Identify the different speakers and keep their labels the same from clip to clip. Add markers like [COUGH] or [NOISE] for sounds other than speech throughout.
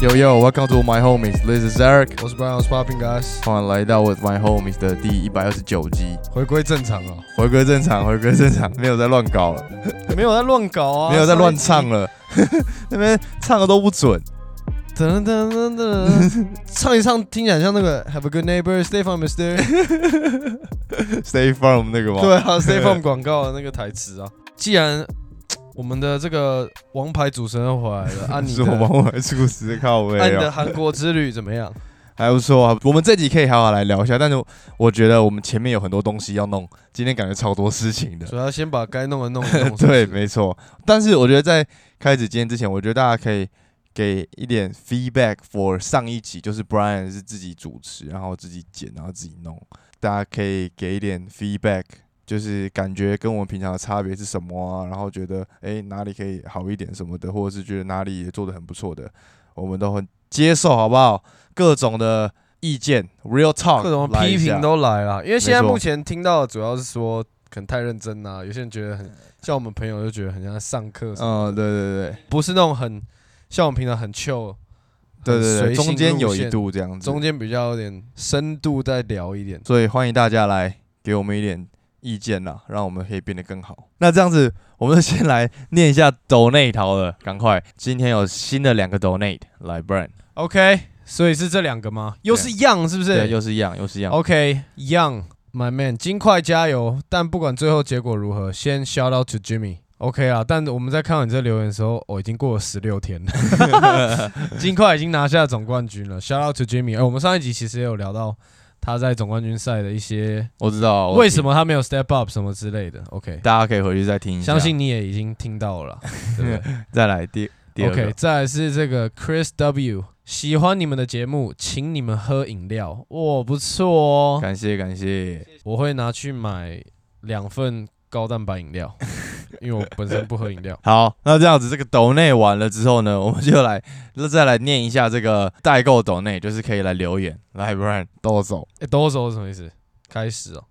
Speaker 1: Yo Yo, welcome to my homies. This is Eric.
Speaker 2: 我是 Brian，我是 Popping Guys，
Speaker 1: 欢迎来到 With My Homies 的第一百二十九集，
Speaker 2: 回归正常了，
Speaker 1: 回归正 [LAUGHS] 常，回归正常，没有在乱搞了，
Speaker 2: 没有在乱搞啊，
Speaker 1: 没有在乱唱了， [LAUGHS] 那边唱的都不准。
Speaker 2: 噔噔
Speaker 1: [LAUGHS]
Speaker 2: 噔噔，唱一唱，听起来像那个 Have a good neighbor, stay from Mister，
Speaker 1: Stay Farm 那个吗？
Speaker 2: [LAUGHS] 对啊，Stay from 广告的那个台词啊。既然我们的这个王牌主持人回来
Speaker 1: [LAUGHS]
Speaker 2: 了，按你
Speaker 1: 是我
Speaker 2: 的
Speaker 1: 们我还出十靠位
Speaker 2: 按你
Speaker 1: 哦
Speaker 2: 的韩国之旅怎么
Speaker 1: [LAUGHS]
Speaker 2: 样？
Speaker 1: 还不错啊。我们这集可以好好来聊一下，但是我觉得我们前面有很多东西要弄，今天感觉超多事情的。。
Speaker 2: 主要先把该弄的弄一弄
Speaker 1: [LAUGHS] 对，
Speaker 2: 是不是
Speaker 1: 没错。但是我觉得在开始今天之前，我觉得大家可以给一点 feedback for 上一集，就是 Brian 是自己主持，然后自己剪，然后自己弄。大家可以给一点 feedback，就是感觉跟我们平常的差别是什么啊？然后觉得诶哪里可以好一点什么的，或者是觉得哪里也做得很不错的，我们都很接受，好不好？各种的意见，real talk，
Speaker 2: 各种
Speaker 1: 来一
Speaker 2: 批
Speaker 1: 下
Speaker 2: 评都来了，因为现在
Speaker 1: 没错
Speaker 2: 目前听到的主要是说可能太认真啊啦、有些人觉得很像我们朋友就觉得很像在上课什么的
Speaker 1: 嗯，对对对
Speaker 2: 不是那种很像我们平常很 chill，
Speaker 1: 对对对，
Speaker 2: 很随性
Speaker 1: 中间有
Speaker 2: 路
Speaker 1: 一
Speaker 2: 线
Speaker 1: 度这样子，
Speaker 2: 中间比较有点深度再聊一点。
Speaker 1: 所以欢迎大家来给我们一点意见啦，让我们可以变得更好。那这样子，我们就先来念一下抖内桃了，赶快！今天有新的两个抖内，来，Brian，
Speaker 2: OK，所以是这两个吗？又是 Young 是不
Speaker 1: 对，哦
Speaker 2: 是
Speaker 1: 又是一样，又是一样。
Speaker 2: ？OK，Young my man，尽快加油。但不管最后结果如何，先 shout out to Jimmy。OK 啊，但我们在看到你这留言的时候，哦，已经过了十六天了，
Speaker 1: [LAUGHS]
Speaker 2: 金块已经拿下总冠军了。Shout out to Jimmy，哎、我们上一集其实也有聊到他在总冠军赛的一些
Speaker 1: 我知道
Speaker 2: 为什
Speaker 1: 么，
Speaker 2: 么他没有 step up 什么之类的。OK，
Speaker 1: 大家可以回去再听一下。
Speaker 2: 相信你也已经听到
Speaker 1: [LAUGHS]
Speaker 2: 了啦，对不
Speaker 1: 再来第第
Speaker 2: 对
Speaker 1: 二个
Speaker 2: OK，再来是这个 Chris W，喜欢你们的节目，请你们喝饮料，哇、不错哦，
Speaker 1: 感谢感谢。
Speaker 2: 我会拿去买两份高蛋白饮料， [LAUGHS] 因为我本身不喝饮料。 [LAUGHS]
Speaker 1: 好，那这样子，这个抖内完了之后呢，我们就来那再来念一下这个代购抖内，就是可以来留言，来，Brian，豆走。
Speaker 2: 哎、兜手是什么意思？开始哦，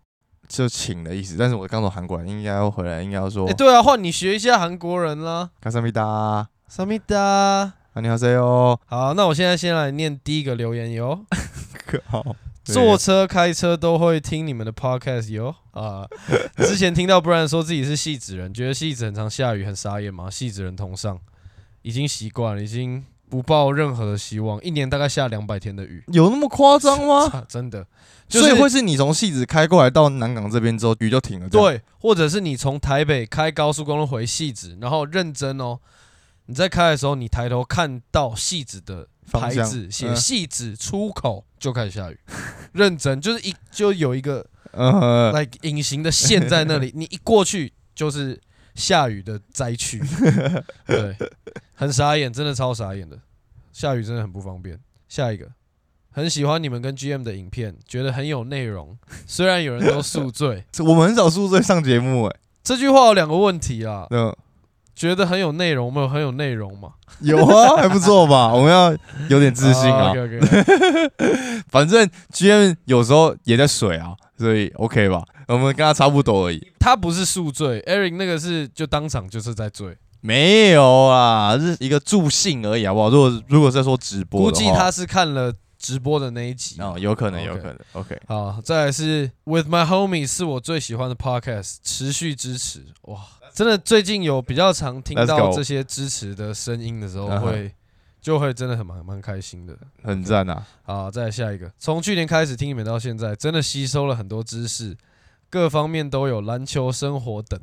Speaker 1: 就请的意思，但是我刚从韩国来，应该要回来，应该要说
Speaker 2: 哎、对啊，换你学一下韩国人啦，
Speaker 1: 卡萨米达，
Speaker 2: 萨米达。
Speaker 1: 안녕하세요。
Speaker 2: 好，那我现在先来念第一个留言哟。
Speaker 1: [LAUGHS] 好，
Speaker 2: 坐车、开车都会听你们的 podcast 哟 [LAUGHS] 啊！之前听到 Brian 说自己是戏子人，觉得戏子很常下雨，很傻眼嘛。戏子人同上，已经习惯了，已经不抱任何的希望。一年大概下两百天的雨，
Speaker 1: 有那么夸张 [LAUGHS] 吗？
Speaker 2: 啊真的，就是
Speaker 1: 所以会是你从戏子开过来到南港这边之后，雨就停了。这样，
Speaker 2: 对，或者是你从台北开高速公路回戏子，然后认真哦，你在开的时候，你抬头看到戏子的
Speaker 1: 方
Speaker 2: 牌
Speaker 1: 向
Speaker 2: 子写
Speaker 1: 嗯
Speaker 2: 戏子出口，就开始下雨，认真就是一就有一个。
Speaker 1: 呃，
Speaker 2: [LAUGHS] like 隐形的线在那
Speaker 1: [LAUGHS]
Speaker 2: 里，你一过去就是下雨的
Speaker 1: [LAUGHS]
Speaker 2: 灾区，对，很傻眼，真的超傻眼的，下雨真的很不方便。下一个，很喜欢你们跟 GM 的影片，觉得很有
Speaker 1: [LAUGHS]
Speaker 2: 内容，虽然有人都宿醉。
Speaker 1: 这我们很少宿醉上节目哎，
Speaker 2: 这句话有两个问题啦，
Speaker 1: 嗯，
Speaker 2: 觉得很有内容，我们有很有内容嘛？
Speaker 1: 有 [LAUGHS] 啊，还不错吧？我们要有点自信啊。
Speaker 2: o k o
Speaker 1: 反正 GM 有时候也在水啊，所以 OK 吧？我们跟他差不多而已。
Speaker 2: 他不是宿醉，Eric 那个是就当场就是在醉，
Speaker 1: 没有啊，是一个助兴而已，好不好？如果如果是在说直播
Speaker 2: 估
Speaker 1: 的
Speaker 2: 计
Speaker 1: 话
Speaker 2: 他是看了直播的那一集
Speaker 1: 哦，有可能，
Speaker 2: OK
Speaker 1: 有可能，OK。
Speaker 2: 好，再来是 With My Homies 是我最喜欢的 podcast，持续支持哇！真的，最近有比较常听
Speaker 1: Let's
Speaker 2: 到
Speaker 1: go
Speaker 2: 这些支持的声音的时候，
Speaker 1: 嗯哼
Speaker 2: 会就会真的很蛮蛮开心的。
Speaker 1: 很赞啊！
Speaker 2: 好，再来下一个，从去年开始听你们到现在，真的吸收了很多知识，各方面都有，篮球、生活等。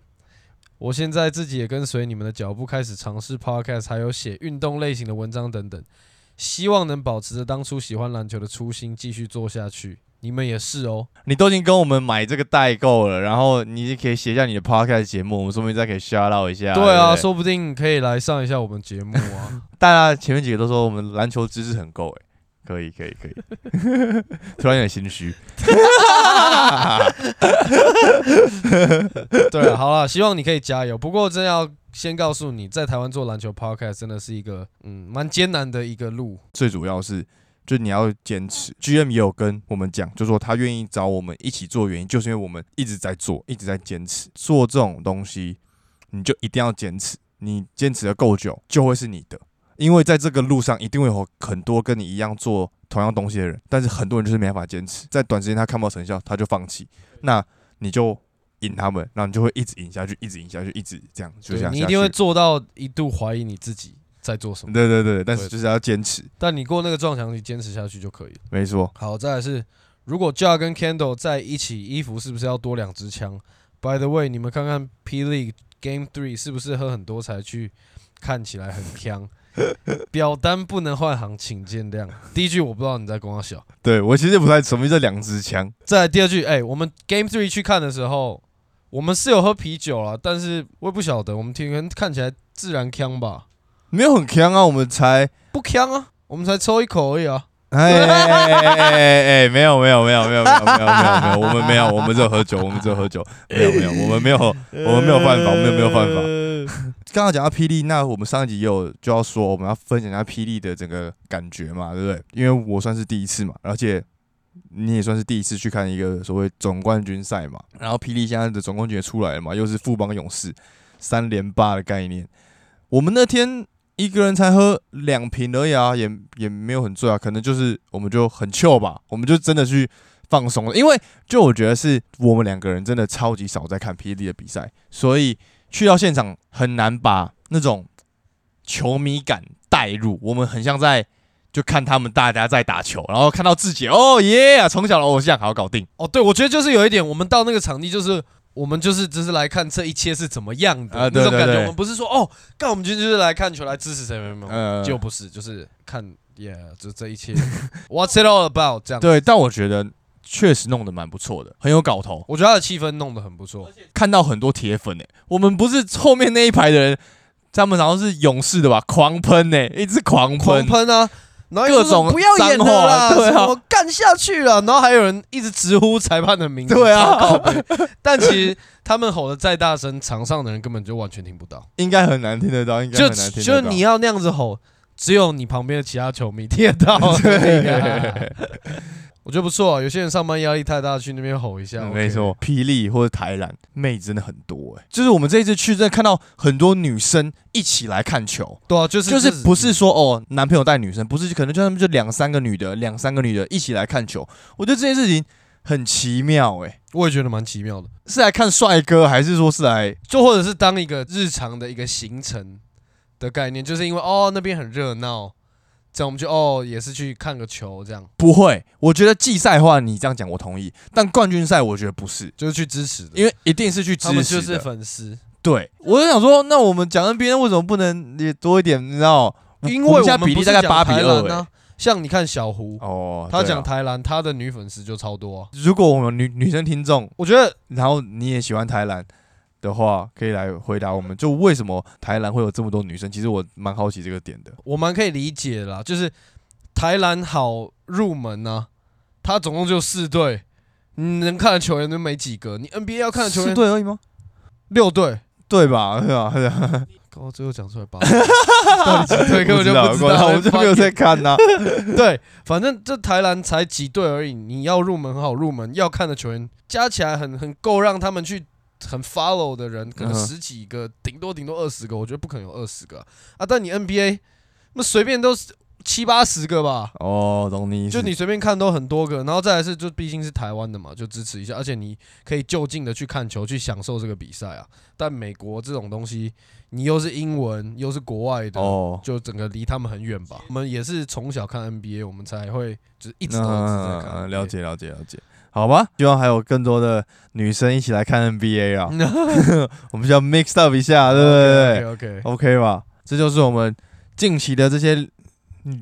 Speaker 2: 我现在自己也跟随你们的脚步，开始尝试 podcast，还有写运动类型的文章等等，希望能保持着当初喜欢篮球的初心，继续做下去。你们也是哦。
Speaker 1: 你都已经跟我们买这个代购了，然后你也可以写下你的 podcast 节目，我们说不定再可以 shout out 一下。
Speaker 2: 对啊，
Speaker 1: 不
Speaker 2: 说不定可以来上一下我们节
Speaker 1: [LAUGHS]
Speaker 2: 目啊。
Speaker 1: 大家前面几个都说我们篮球知识很够，哎，可以，可以， [LAUGHS] 可以。突然有点心虚。 [LAUGHS]
Speaker 2: 对啊，好了，希望你可以加油。不过真要先告诉你，在台湾做篮球 podcast 真的是一个嗯蛮艰难的一个路。
Speaker 1: 最主要是，就你要坚持。GM 也有跟我们讲，就说他愿意找我们一起做，原因就是因为我们一直在做，一直在坚持做这种东西，你就一定要坚持。你坚持的够久，就会是你的。因为在这个路上一定会有很多跟你一样做同样东西的人，但是很多人就是没办法坚持，在短时间他看不到成效，他就放弃，那你就赢他们，然后你就会一直赢下去，一直赢下去，一直这样就
Speaker 2: 对
Speaker 1: 这样
Speaker 2: 你
Speaker 1: 下
Speaker 2: 一定会
Speaker 1: 去
Speaker 2: 做到一度怀疑你自己在做什么，
Speaker 1: 对对对，但是
Speaker 2: 对
Speaker 1: 就是要坚持，
Speaker 2: 但你过那个撞墙期，坚持下去就可以了。
Speaker 1: 没错，
Speaker 2: 好，再来是，如果 Jar 跟 Candle 在一起，衣服是不是要多两支枪？By the way，你们看看 P League Game Three 是不是喝很多才去，看起来很呛。 [LAUGHS] 表单不能换行，请见谅。第一句我不知道你在跟我笑，
Speaker 1: 对我其实不太什么叫两支枪，
Speaker 2: 再来第二句，哎、我们 Game Three 去看的时候，我们是有喝啤酒啦，但是我也不晓得，我们听人看起来自然呛吧，
Speaker 1: 没有很强啊，我们才。
Speaker 2: 不呛啊，我们才抽一口而已啊。
Speaker 1: 哎哎哎哎哎哎！没有没有没有没有没有没有没有没有，我们没有，我们只有喝酒，我们只有喝酒，没有没有，我们没有，我们没有办法，我们没有办法。
Speaker 2: 法。
Speaker 1: 刚刚讲到霹雳，那我们上一集也有就要说，我们要分享一下霹雳的整个感觉嘛，对不对？因为我算是第一次嘛，而且你也算是第一次去看一个所谓总冠军赛嘛。然后霹雳现在的总冠军也出来了嘛，又是富邦勇士三连霸的概念。我们那天一个人才喝两瓶而已啊，也也没有很醉啊，可能就是我们就很 chill 吧，我们就真的去放松了。因为就我觉得是我们两个人真的超级少在看霹雳的比赛，所以去到现场很难把那种球迷感带入。我们很像在就看他们大家在打球，然后看到自己哦耶从小的偶像，好搞定。
Speaker 2: 哦，对，我觉得就是有一点，我们到那个场地就是。我们就是只是来看这一切是怎么样的、
Speaker 1: 啊对
Speaker 2: 那种感
Speaker 1: 对对
Speaker 2: 觉，我们不是说哦，干我们今天就是来看球来支持谁，没有没有，
Speaker 1: 呃
Speaker 2: 就不是，就是看，yeah，就这一切，What's it all about 这样。，
Speaker 1: 对，但我觉得确实弄得蛮不错的，很有搞头。
Speaker 2: 我觉得他的气氛弄得很不错，
Speaker 1: 看到很多铁粉诶、我们不是后面那一排的人，他们好像是勇士的吧，狂喷诶、一直狂
Speaker 2: 狂
Speaker 1: 喷。
Speaker 2: 喷啊，然后一直
Speaker 1: 各
Speaker 2: 说
Speaker 1: 种
Speaker 2: 不要演了啦，
Speaker 1: 脏话对啊
Speaker 2: 什么干下去了，然后还有人一直直呼裁判的名字，
Speaker 1: 对啊
Speaker 2: 超靠北， [LAUGHS] 但其实他们吼的再大声，场上的人根本就完全听不到，
Speaker 1: 应该很难听得到，应该
Speaker 2: 就
Speaker 1: 很难听
Speaker 2: 就
Speaker 1: 得到。
Speaker 2: 你要那样子吼，只有你旁边的其他球迷听得到，
Speaker 1: [LAUGHS]
Speaker 2: 对啊我觉得不错啊，有些人上班压力太大，去那边吼一下，
Speaker 1: 嗯
Speaker 2: OK
Speaker 1: 没错，，霹雳或者台篮妹真的很多哎、就是我们这一次去真的看到很多女生一起来看球，
Speaker 2: 对啊，就是
Speaker 1: 就是不是说哦男朋友带女生，不是可能就他们就两三个女的，两三个女的一起来看球，我觉得这件事情很奇妙哎、
Speaker 2: 我也觉得蛮奇妙的。
Speaker 1: 是来看帅哥还是说是来
Speaker 2: 就或者是当一个日常的一个行程的概念，就是因为哦那边很热闹，这样我们就哦也是去看个球，这样
Speaker 1: 不会？我觉得季赛的话你这样讲我同意，但冠军赛我觉得不是，
Speaker 2: 就是去支持的，
Speaker 1: 因为一定是去支
Speaker 2: 他们
Speaker 1: 持
Speaker 2: 就
Speaker 1: 的
Speaker 2: 是粉丝，
Speaker 1: 对，我就想说，那我们讲 NBA 为什么不能也多一点？你知道，
Speaker 2: 因
Speaker 1: 我
Speaker 2: 为
Speaker 1: 们现在
Speaker 2: 我们
Speaker 1: 比
Speaker 2: 不
Speaker 1: 例大
Speaker 2: 是
Speaker 1: 概
Speaker 2: 讲
Speaker 1: 八比
Speaker 2: 台
Speaker 1: 二、
Speaker 2: 湾
Speaker 1: 欸
Speaker 2: 啊，像你看小胡，
Speaker 1: 哦，
Speaker 2: 他
Speaker 1: 对啊
Speaker 2: 讲台篮，他的女粉丝就超多啊、
Speaker 1: 如果我们女女生听众，
Speaker 2: 我觉得
Speaker 1: 然后你也喜欢台篮的话，可以来回答我们，就为什么台篮会有这么多女生？其实我蛮好奇这个点的。
Speaker 2: 我蛮可以理解啦，就是台篮好入门啊，他总共就四队，你能看的球员都没几个，你 NBA 要看的球
Speaker 1: 是
Speaker 2: 员
Speaker 1: 对而已吗？
Speaker 2: 六队，
Speaker 1: 对吧？对吧？对啊
Speaker 2: 我最后讲出来八队， [LAUGHS] 到底几队 [LAUGHS] 根本就不知道，
Speaker 1: 我就没有在看呐、
Speaker 2: 对，反正这台篮才几队而已，你要入门很好入门，要看的球员加起来很很够让他们去很 follow 的人，可能
Speaker 1: 嗯哼
Speaker 2: 十几个，顶多顶多二十个，我觉得不可能有二十个啊啊但你 NBA 那随便都是七八十个吧，
Speaker 1: 哦，懂你意思。
Speaker 2: 就你随便看都很多个，然后再来是就毕竟是台湾的嘛，就支持一下，而且你可以就近的去看球，去享受这个比赛啊。但美国这种东西，你又是英文又是国外的，
Speaker 1: 哦，
Speaker 2: 就整个离他们很远吧。我们也是从小看 NBA，我们才会就是一直都一直在看、
Speaker 1: 嗯，了。解了解了解。好吧，希望还有更多的女生一起来看
Speaker 2: [LAUGHS]
Speaker 1: NBA 啊， [LAUGHS] 我们需要 mix up 一下，啊对不对？哦
Speaker 2: o k
Speaker 1: [LAUGHS] OK 吧，这就是我们近期的这些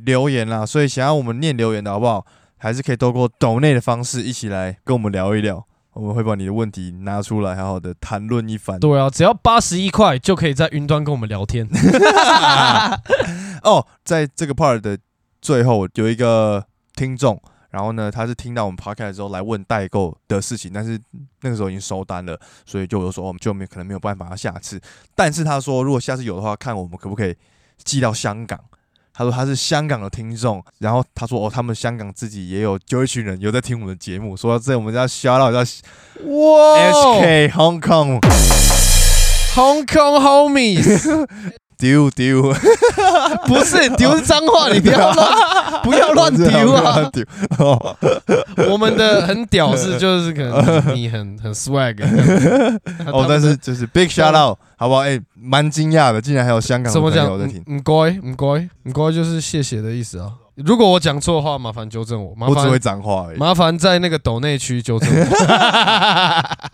Speaker 1: 留言啦，所以想要我们念留言的好不好？还是可以透过抖内的方式一起来跟我们聊一聊，我们会把你的问题拿出来，好好的谈论一番。 [LAUGHS]
Speaker 2: 对啊，只要八十一块就可以在云端跟我们聊天。
Speaker 1: 哦，在这个 part 的最后有一个听众，然后呢，他是听到我们 podcast 之后来问代购的事情，但是那个时候已经收单了，所以就有说我们就没有可能没有办法下次，但是他说如果下次有的话，看我们可不可以寄到香港。他说他是香港的听众，然后他说哦，他们香港自己也有就一群人有在听我们的节目，说到这我们要 shout out 一下
Speaker 2: 哇哦
Speaker 1: SK Hong Kong。 [LAUGHS]
Speaker 2: Hong Kong homies，
Speaker 1: 丢丢，
Speaker 2: 不是丢是脏话，你不要
Speaker 1: [LAUGHS]
Speaker 2: 乱不要乱丢啊！
Speaker 1: 乱丢哦， [LAUGHS]
Speaker 2: 我们的很屌是就是可能你很很
Speaker 1: [LAUGHS]
Speaker 2: swag 哦
Speaker 1: 哦，但是就是 big shout out，好不好？哎，蛮惊讶的，竟然还有香港的
Speaker 2: 怎么
Speaker 1: 朋
Speaker 2: 讲嗯
Speaker 1: 友在听？，
Speaker 2: 唔该唔该唔该就是谢谢的意思啊。如果我讲错话，麻烦纠正我，麻
Speaker 1: 我只会
Speaker 2: 烦
Speaker 1: 脏话而已。
Speaker 2: 麻烦在那个抖内区纠
Speaker 1: [LAUGHS]
Speaker 2: 正我。 [LAUGHS]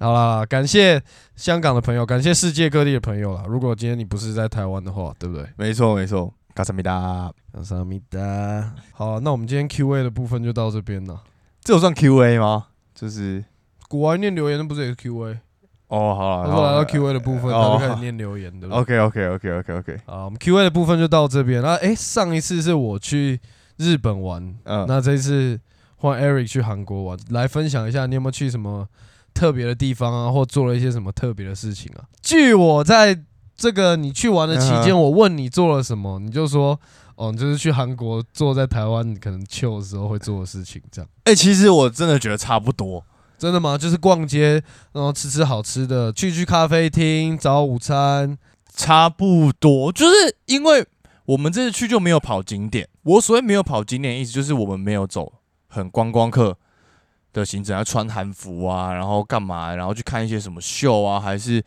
Speaker 2: 好啦，感谢香港的朋友，感谢世界各地的朋友啦。如果今天你不是在台湾的话，对不对？
Speaker 1: 没错没错，卡萨米达，
Speaker 2: 感谢阿弥达。好，那我们今天 Q&A 的部分就到这边了。
Speaker 1: 这有算 Q&A 吗？就是
Speaker 2: 古玩念留言的不是也是 Q&A？
Speaker 1: 哦，好
Speaker 2: 他
Speaker 1: 了，
Speaker 2: 说来到 Q&A 的部分，他
Speaker 1: 哦
Speaker 2: 就开始念留言，对不对？
Speaker 1: OK OK OK OK OK，
Speaker 2: 啊，我们 Q&A 的部分就到这边。那诶，上一次是我去日本玩，
Speaker 1: 嗯，
Speaker 2: 那这一次换 Eric 去韩国玩，来分享一下你有没有去什么特别的地方啊，或做了一些什么特别的事情啊？据我在这个你去玩的期
Speaker 1: 嗯
Speaker 2: 间，我问你做了什么，你就说哦，你就是去韩国做在台湾可能 chill 的时候会做的事情，这样
Speaker 1: 哎，其实我真的觉得差不多，
Speaker 2: 真的吗？就是逛街，然后吃吃好吃的，去去咖啡厅找午餐，
Speaker 1: 差不多，就是因为我们这次去就没有跑景点。我所谓没有跑景点，意思就是我们没有走很观光客的行程，要穿韩服啊，然后干嘛，然后去看一些什么秀啊，还是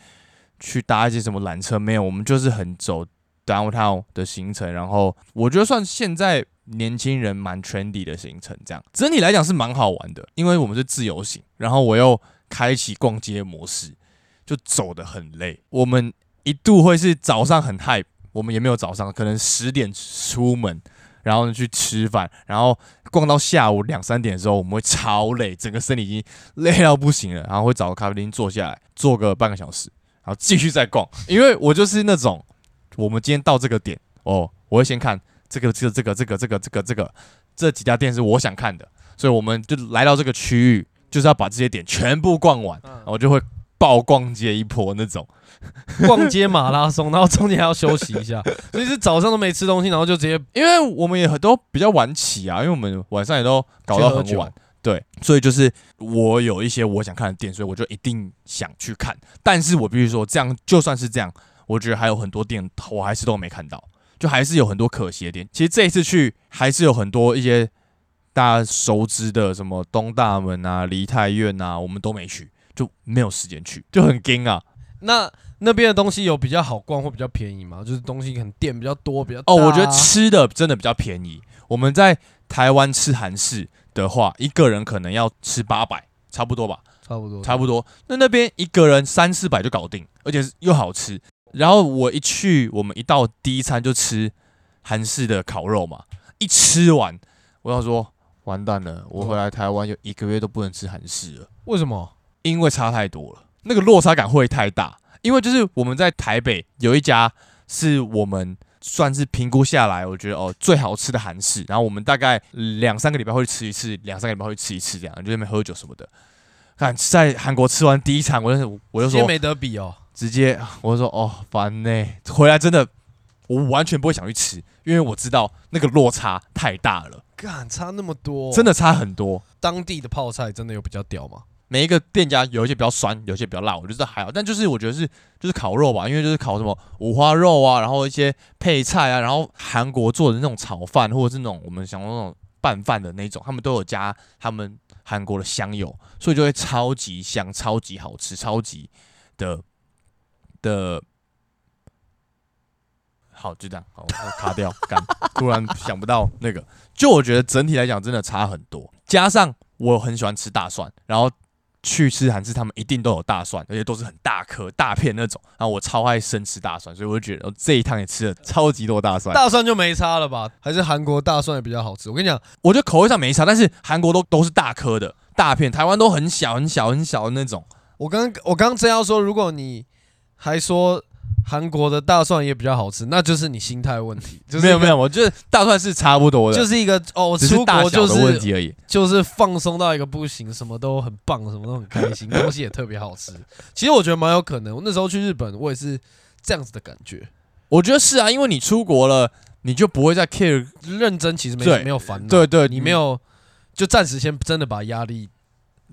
Speaker 1: 去搭一些什么缆车，没有，我们就是很走 downtown 的行程。然后我觉得算现在年轻人蛮 trendy 的行程，这样整体来讲是蛮好玩的，因为我们是自由行，然后我又开启逛街模式，就走得很累。我们一度会是早上很 hype，我们也没有早上，可能十点出门，然后呢去吃饭，然后逛到下午两三点的时候，我们会超累，整个身体已经累到不行了，然后会找个咖啡厅坐下来坐个半个小时，然后继续再逛，因为我就是那种，我们今天到这个点哦，我会先看这个这个这个这个这个这个这个这几家店是我想看的，所以我们就来到这个区域，就是要把这些点全部逛完，然后就会爆逛街一波那种。
Speaker 2: 逛街马拉松，然后中间还要休息一
Speaker 1: [LAUGHS]
Speaker 2: 下，所以是早上都没吃东西，然后就直接
Speaker 1: 因为我们也很都比较晚起啊，因为我们晚上也都搞到
Speaker 2: 去
Speaker 1: 很
Speaker 2: 喝
Speaker 1: 晚
Speaker 2: 酒，
Speaker 1: 对，所以就是我有一些我想看的店，所以我就一定想去看。但是我必须说，这样就算是这样，我觉得还有很多店我还是都没看到，就还是有很多可惜的店。其实这一次去还是有很多一些大家熟知的，什么东大门啊、梨泰院啊，我们都没去，就没有时间去，就很惊啊。
Speaker 2: 那那边的东西有比较好逛或比较便宜吗？就是东西可能店比较多，比较大
Speaker 1: 哦，我觉得吃的真的比较便宜。我们在台湾吃韩式的话，一个人可能要吃八百，差不多吧，
Speaker 2: 差不多，
Speaker 1: 差
Speaker 2: 多。
Speaker 1: 不多。那那边一个人三四百就搞定，而且是又好吃。然后我一去，我们一到第一餐就吃韩式的烤肉嘛，一吃完，我要说完蛋了，我回来台湾有一个月都不能吃韩式了。
Speaker 2: 为什么？
Speaker 1: 因为差太多了，那个落差感会太大。因为就是我们在台北有一家是我们算是评估下来，我觉得哦最好吃的韩式，然后我们大概两三个礼拜会吃一次，两三个礼拜会吃一次这样，就在那边喝酒什么的。看在韩国吃完第一餐，我就是我就
Speaker 2: 今天
Speaker 1: 说
Speaker 2: 没得比哦。
Speaker 1: 直接我就说哦烦呢、回来真的我完全不会想去吃，因为我知道那个落差太大了，
Speaker 2: 干差那么多，
Speaker 1: 真的差很多。
Speaker 2: 当地的泡菜真的有比较屌吗？
Speaker 1: 每一个店家有一些比较酸，有一些比较辣，我觉得还好。但就是我觉得是就是烤肉吧，因为就是烤什么五花肉啊，然后一些配菜啊，然后韩国做的那种炒饭或者是那种我们想说那种拌饭的那种，他们都有加他们韩国的香油，所以就会超级香、超级好吃、超级的的。好，就这样，好，我卡掉，干，突然想不到那个。就我觉得整体来讲真的差很多，加上我很喜欢吃大蒜，然后去吃韩式，他们一定都有大蒜，而且都是很大颗、大片那种。然后我超爱生吃大蒜，所以我就觉得哦这一趟也吃了超级多大蒜。
Speaker 2: 大蒜就没差了吧？还是韩国大蒜也比较好吃？我跟你讲，
Speaker 1: 我觉得口味上没差，但是韩国都都是大颗的大片，台湾都很小、很小、很小的那种。
Speaker 2: 我刚我刚真要说，如果你还说韩国的大蒜也比较好吃，那就是你心态问题，就是
Speaker 1: 没有没
Speaker 2: 有，
Speaker 1: 有，我觉得大蒜是差不多的，
Speaker 2: 就是一个哦，我
Speaker 1: 只是
Speaker 2: 出
Speaker 1: 大
Speaker 2: 国
Speaker 1: 小
Speaker 2: 就
Speaker 1: 的
Speaker 2: 是
Speaker 1: 问题而已。
Speaker 2: 就是放松到一个不行，什么都很棒，什么都很开心，东西也特别好
Speaker 1: [LAUGHS]
Speaker 2: 吃。其实我觉得蛮有可能，我那时候去日本，我也是这样子的感觉。
Speaker 1: 我觉得是啊，因为你出国了，你就不会再 care。
Speaker 2: 认真其实没
Speaker 1: 对
Speaker 2: 没有烦恼，
Speaker 1: 对对，
Speaker 2: 你没有就暂时先真的把压力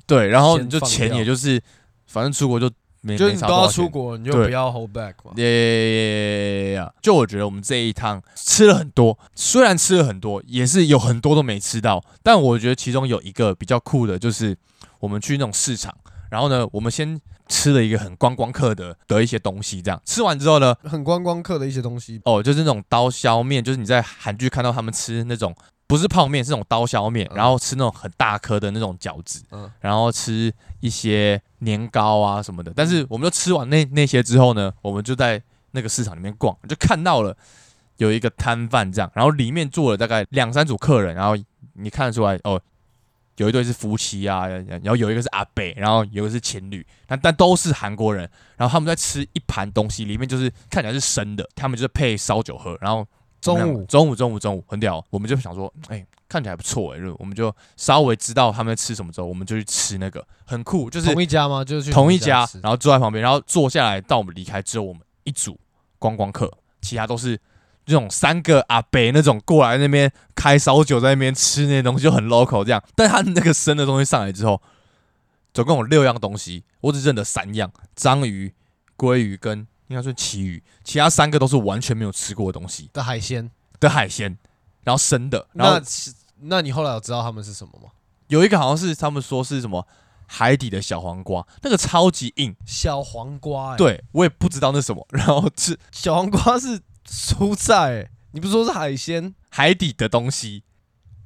Speaker 1: 对，然后
Speaker 2: 先
Speaker 1: 你就
Speaker 2: 放
Speaker 1: 钱
Speaker 2: 掉
Speaker 1: 也就是，反正出国就没
Speaker 2: 就是
Speaker 1: 没
Speaker 2: 你
Speaker 1: 差
Speaker 2: 都
Speaker 1: 多
Speaker 2: 要
Speaker 1: 少钱
Speaker 2: 出国，你就
Speaker 1: 对
Speaker 2: 不要 hold back 嘛。
Speaker 1: 耶耶耶耶！就我觉得我们这一趟吃了很多，虽然吃了很多，也是有很多都没吃到。但我觉得其中有一个比较酷的，就是我们去那种市场，然后呢，我们先吃了一个很观光客的的一些东西，这样吃完之后呢，
Speaker 2: 很观光客的一些东西，
Speaker 1: 哦，就是那种刀削面，就是你在韩剧看到他们吃那种不是泡面，是那种刀削面，
Speaker 2: 嗯
Speaker 1: 然后吃那种很大颗的那种饺子，
Speaker 2: 嗯
Speaker 1: 然后吃一些年糕啊什么的。但是
Speaker 2: 嗯
Speaker 1: 我们就吃完那那些之后呢，我们就在那个市场里面逛，就看到了有一个摊贩这样，然后里面坐了大概两三组客人，然后你看得出来哦。有一对是夫妻啊，然后有一个是阿伯，然后有一个是情侣，但但都是韩国人，然后他们在吃一盘东西，里面就是看起来是生的，他们就是配烧酒喝，然后我们
Speaker 2: 中
Speaker 1: 两个
Speaker 2: 午
Speaker 1: 中午中午中午很屌，我们就想说，哎、看起来还不错哎、就我们就稍微知道他们在吃什么之后，我们就去吃那个，很酷，就是
Speaker 2: 同一家吗？嗯就是去
Speaker 1: 同一
Speaker 2: 家
Speaker 1: 家
Speaker 2: 吃，
Speaker 1: 然后坐在旁边，然后坐下来到我们离开之后，我们一组观光客，其他都是这种三个阿伯那种过来那边开烧酒，在那边吃那些东西就很 local 这样。但他那个生的东西上来之后，总共有六样东西，我只认得三样：章鱼、鲑鱼跟应该算旗鱼，其他三个都是完全没有吃过的东西
Speaker 2: 的海鲜。
Speaker 1: 的海鲜，然后生的，然后
Speaker 2: 那是那你后来有知道他们是什么吗？
Speaker 1: 有一个好像是他们说是什么海底的小黄瓜，那个超级硬。
Speaker 2: 小黄瓜、欸，，
Speaker 1: 对，我也不知道那是什么，然后吃
Speaker 2: 小黄瓜是蔬菜、欸，你不是说是海鲜
Speaker 1: 海底的东西，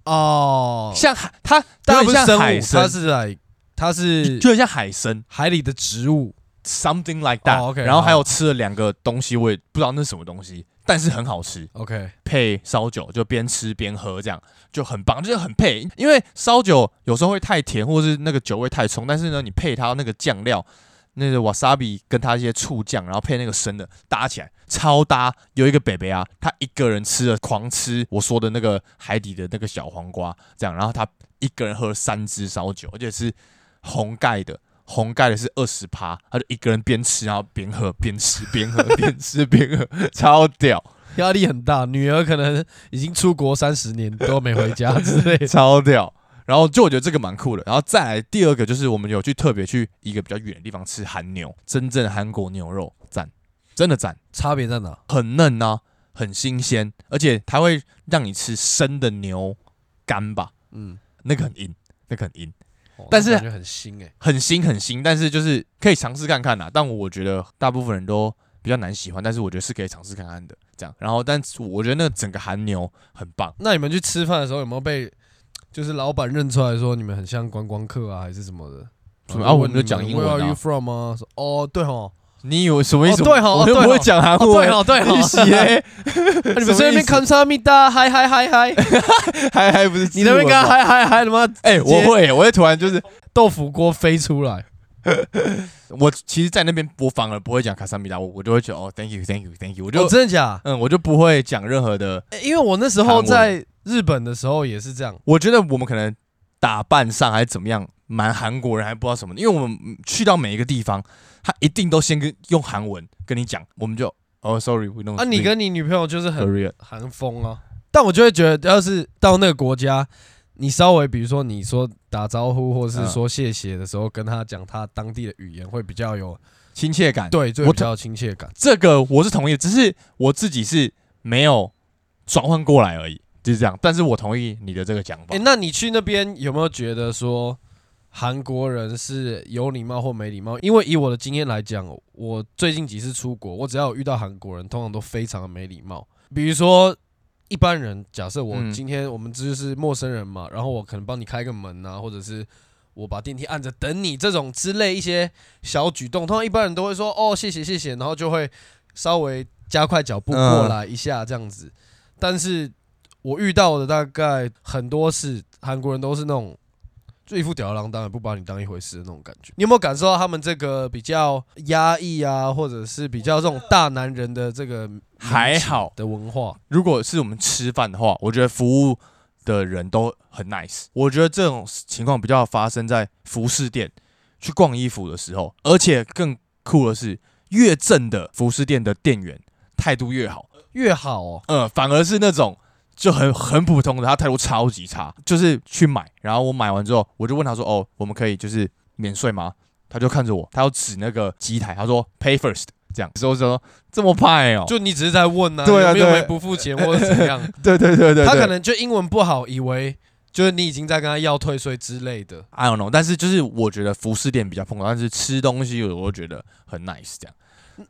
Speaker 2: 哦？
Speaker 1: 像海，它
Speaker 2: 它
Speaker 1: 它很
Speaker 2: 不是
Speaker 1: 像
Speaker 2: 生
Speaker 1: 海
Speaker 2: 物，它
Speaker 1: 参，
Speaker 2: 是海，它是
Speaker 1: 就很像海参
Speaker 2: 海里的植物。
Speaker 1: ，something like that、
Speaker 2: 哦，OK，
Speaker 1: 然后还
Speaker 2: 好
Speaker 1: 有吃了两个东西，我也不知道那是什么东西，但是很好吃，
Speaker 2: OK，
Speaker 1: 配烧酒就边吃边喝，这样就很棒，就是很配。因为烧酒有时候会太甜，或是那个酒味太冲，但是呢，你配它那个酱料。那个 wasabi 跟它一些醋酱，然后配那个生的搭起来超搭。有一个北北啊，他一个人吃了狂吃我说的那个海底的那个小黄瓜，这样，然后他一个人喝了三支烧酒，而且是红盖的，红盖的是二十趴，他就一个人边吃然后边喝，边吃边喝，边吃边喝， [LAUGHS] 超屌。
Speaker 2: [LAUGHS] 压力很大，女儿可能已经出国三十年都没回家之类
Speaker 1: [LAUGHS]
Speaker 2: 的。
Speaker 1: 超屌。然后就我觉得这个蛮酷的，然后再来第二个就是我们有去特别去一个比较远的地方吃韩牛，真正韩国牛肉赞，真的赞，
Speaker 2: [LAUGHS] 差别在哪？
Speaker 1: 很嫩啊，很新鲜，而且它会让你吃生的牛肝吧，
Speaker 2: 嗯，
Speaker 1: 那个很硬，那个很硬，
Speaker 2: 哦
Speaker 1: 但是
Speaker 2: 那感觉很新哎、
Speaker 1: 很新很新，但是就是可以尝试看看啦。但我觉得大部分人都比较难喜欢，但是我觉得是可以尝试看看的，这样。然后但我觉得那整个韩牛很棒，
Speaker 2: 那你们去吃饭的时候有没有被就是老板认出来说你们很像观光客啊，还是什么的？
Speaker 1: 什么
Speaker 2: 然后
Speaker 1: 啊我
Speaker 2: 问
Speaker 1: 们就
Speaker 2: 你
Speaker 1: 讲英
Speaker 2: Where
Speaker 1: 文
Speaker 2: are
Speaker 1: 啊
Speaker 2: you from 啊？说哦，对哦，
Speaker 1: 你以为什么意思？
Speaker 2: 哦对哦
Speaker 1: 我又
Speaker 2: 对哦
Speaker 1: 不会讲韩文，欸
Speaker 2: 对哦，
Speaker 1: [LAUGHS]
Speaker 2: 对
Speaker 1: 利
Speaker 2: [LAUGHS] 哦，
Speaker 1: 息嘞，
Speaker 2: 啊
Speaker 1: 什
Speaker 2: 你
Speaker 1: 么
Speaker 2: 们在那
Speaker 1: 意
Speaker 2: 边
Speaker 1: 思
Speaker 2: 看沙密达，嗨嗨嗨嗨，
Speaker 1: 还还不是
Speaker 2: 你那边
Speaker 1: 自我
Speaker 2: 跟他
Speaker 1: 吧？
Speaker 2: 嗨嗨嗨，他妈 [LAUGHS]
Speaker 1: 哎、
Speaker 2: 直接
Speaker 1: 我会，我会突然就是，
Speaker 2: 豆腐锅飞出来。
Speaker 1: 我其实，在那边我反而不会讲卡萨米达，我我就会觉得哦，thank you，thank you，thank you，我就、
Speaker 2: 哦，真的假？
Speaker 1: 嗯，我就不会讲任何的。
Speaker 2: 欸因为我那时
Speaker 1: 韩
Speaker 2: 候
Speaker 1: 文
Speaker 2: 在日本的时候也是这样，
Speaker 1: 我觉得我们可能打扮上还是怎么样，蛮韩国人还不知道什么的，因为我们嗯去到每一个地方，他一定都先跟用韩文跟你讲，我们就哦，sorry，we don't。
Speaker 2: 啊，你跟你女朋友就是很
Speaker 1: Korea，
Speaker 2: 韩风啊，但我就会觉得，要是到那个国家，你稍微比如说你说打招呼或是
Speaker 1: 嗯
Speaker 2: 说谢谢的时候，跟他讲他当地的语言会比较有
Speaker 1: 亲切感，
Speaker 2: 对，就
Speaker 1: 我
Speaker 2: 比较有亲切感。
Speaker 1: 这个我是同意的，只是我自己是没有转换过来而已，就是这样。但是我同意你的这个讲法。
Speaker 2: 哎，那你去那边有没有觉得说韩国人是有礼貌或没礼貌？因为以我的经验来讲，我最近几次出国，我只要有遇到韩国人，通常都非常的没礼貌。比如说一般人，假设我
Speaker 1: 嗯
Speaker 2: 今天我们这就是陌生人嘛，然后我可能帮你开个门啊，或者是。我把电梯按着等你这种之类一些小举动，通常一般人都会说哦谢谢谢谢，然后就会稍微加快脚步过
Speaker 1: 嗯
Speaker 2: 来一下这样子。但是我遇到的大概很多是韩国人都是那种就一副吊儿郎当，也不把你当一回事的那种感觉。你有没有感受到他们这个比较压抑啊，或者是比较这种大男人的这个
Speaker 1: 还好
Speaker 2: 的文化？
Speaker 1: 如果是我们吃饭的话，我觉得服务的人都很 nice。我觉得这种情况比较发生在服饰店去逛衣服的时候，而且更酷的是，越正的服饰店的店员态度越好，
Speaker 2: 越好哦，
Speaker 1: 呃，反而是那种。就很很普通的，他态度超级差，就是去买，然后我买完之后，我就问他说：“哦，我们可以就是免税吗？”他就看着我，他要指那个机台，他说 pay first 这样，所以我就说这么派哦、
Speaker 2: 就你只是在问呢、啊，
Speaker 1: 对啊
Speaker 2: 有没有
Speaker 1: 对
Speaker 2: 没不付钱或者怎样？
Speaker 1: 对对 [LAUGHS] 对对
Speaker 2: 他可
Speaker 1: 能
Speaker 2: 能就英文不好，以为就是你已经在跟他要退税之类的。
Speaker 1: I don't know，但是就是我觉得服饰店比较碰到，但是吃东西我我觉得很 nice 这样。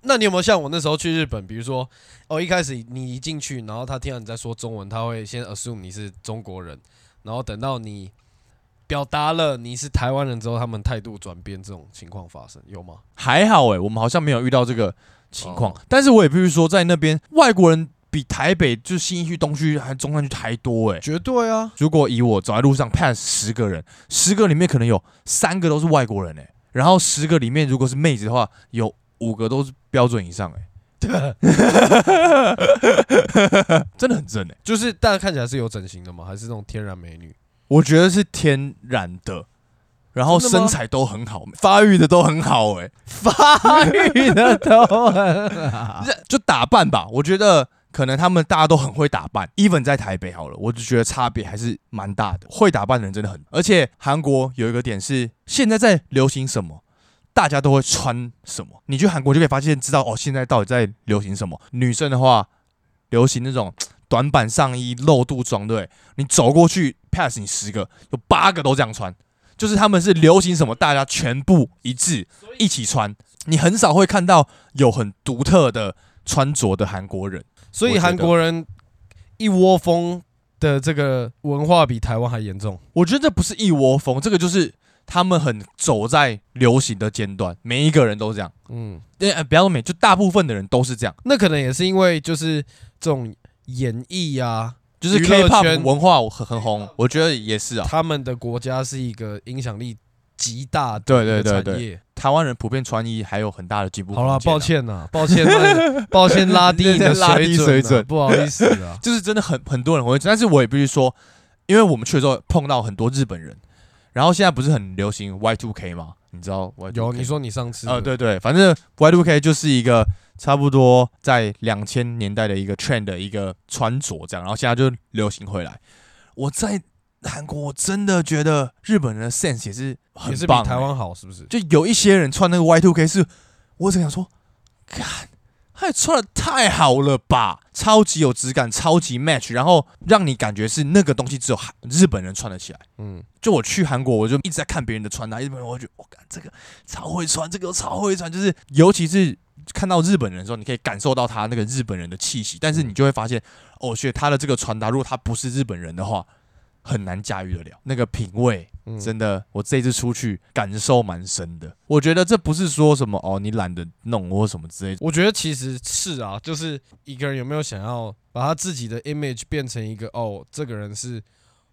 Speaker 2: 那你有没有像我那时候去日本，比如说哦，一开始你一进去，然后他听到你在说中文，他会先 assume 你是中国人，然后等到你表达了你是台湾人之后，他们态度转变，这种情况发生有吗？
Speaker 1: 还好欸诶、我们好像没有遇到这个情况。
Speaker 2: 哦
Speaker 1: 但是我也必须说，在那边外国人比台北就新一区、东区还中山区还多诶、
Speaker 2: 绝对啊，
Speaker 1: 如果以我走在路上 pass 十个人，十个里面可能有三个都是外国人诶、然后十个里面如果是妹子的话，有五个都是标准以上欸 [LAUGHS] 诶、真欸的很正诶、
Speaker 2: 就是但看起来是有整形的吗？还是那种天然美 [LAUGHS] 女？
Speaker 1: 我觉得是天然的，然后
Speaker 2: 真的吗
Speaker 1: 身材都很好，发育的都很好、欸，发育的都很好，就打扮吧，我觉得。可能他们大家都很会打扮，even 在台北好了，我就觉得差别还是蛮大的。会打扮的人真的很，而且韩国有一个点是，现在在流行什么，大家都会穿什么。你去韩国就可以发现，知道哦，现在到底在流行什么。女生的话，流行那种短版上衣、露肚装，对不对你走过去 pass 你十个，有八个都这样穿，就是他们是流行什么，大家全部一致一起穿。你很少会看到有很独特的穿着的韩国人，
Speaker 2: 所以
Speaker 1: 我觉得
Speaker 2: 韩国人一窝蜂的这个文化比台湾还严重。
Speaker 1: 我觉得这不是一窝蜂，这个就是他们很走在流行的尖端，每一个人都这样。
Speaker 2: 嗯，
Speaker 1: 对，呃不要说每，就大部分的人都是这样，
Speaker 2: 那可能也是因为就是这种演艺啊，
Speaker 1: 就是
Speaker 2: 娱乐圈
Speaker 1: K-pop 文化很很红，我觉得也是啊。
Speaker 2: 他们的国家是一个影响力极大的
Speaker 1: 对对
Speaker 2: 一个
Speaker 1: 对
Speaker 2: 产
Speaker 1: 对，
Speaker 2: 业。
Speaker 1: 台湾人普遍穿衣还有很大的进步。啊
Speaker 2: 好了，抱，歉呐，抱歉，
Speaker 1: [LAUGHS]
Speaker 2: 抱歉，拉低你的
Speaker 1: 拉低水
Speaker 2: 水准啊，
Speaker 1: 准
Speaker 2: 不好意思
Speaker 1: [LAUGHS]。
Speaker 2: 啊
Speaker 1: 就是真的很很多人会，但是我也必须说，因为我们去的时候碰到很多日本人，然后现在不是很流行 Y two K 吗？你知道 Y
Speaker 2: 有你说你上次
Speaker 1: 呃对对，反正 Y two K 就是一个差不多在两千年代的一个 trend 的一个穿着这样，然后现在就流行回来。我在韩国，我真的觉得日本人的 sense 也是很
Speaker 2: 也是比
Speaker 1: 棒、欸
Speaker 2: 台湾好，是不是？
Speaker 1: 就有一些人穿那个 Y two K 是，我只想说，看，他也穿的太好了吧，超级有质感，超级 match，然后让你感觉是那个东西只有韩日本人穿得起来。
Speaker 2: 嗯，
Speaker 1: 就我去韩国，我就一直在看别人的穿搭，日本人我就觉得，我、感这个超会穿，这个又超会穿，就是尤其是看到日本人的时候，你可以感受到他那个日本人的气息，但是你就会发现，
Speaker 2: 嗯
Speaker 1: 哦，学他的这个穿搭，如果他不是日本人的话，很难驾驭得了那个品味。
Speaker 2: 嗯
Speaker 1: 真的，我这一次出去感受蛮深的。我觉得这不是说什么哦，你懒得弄或什么之类的。
Speaker 2: 我觉得其实是啊，就是一个人有没有想要把他自己的 image 变成一个哦，这个人是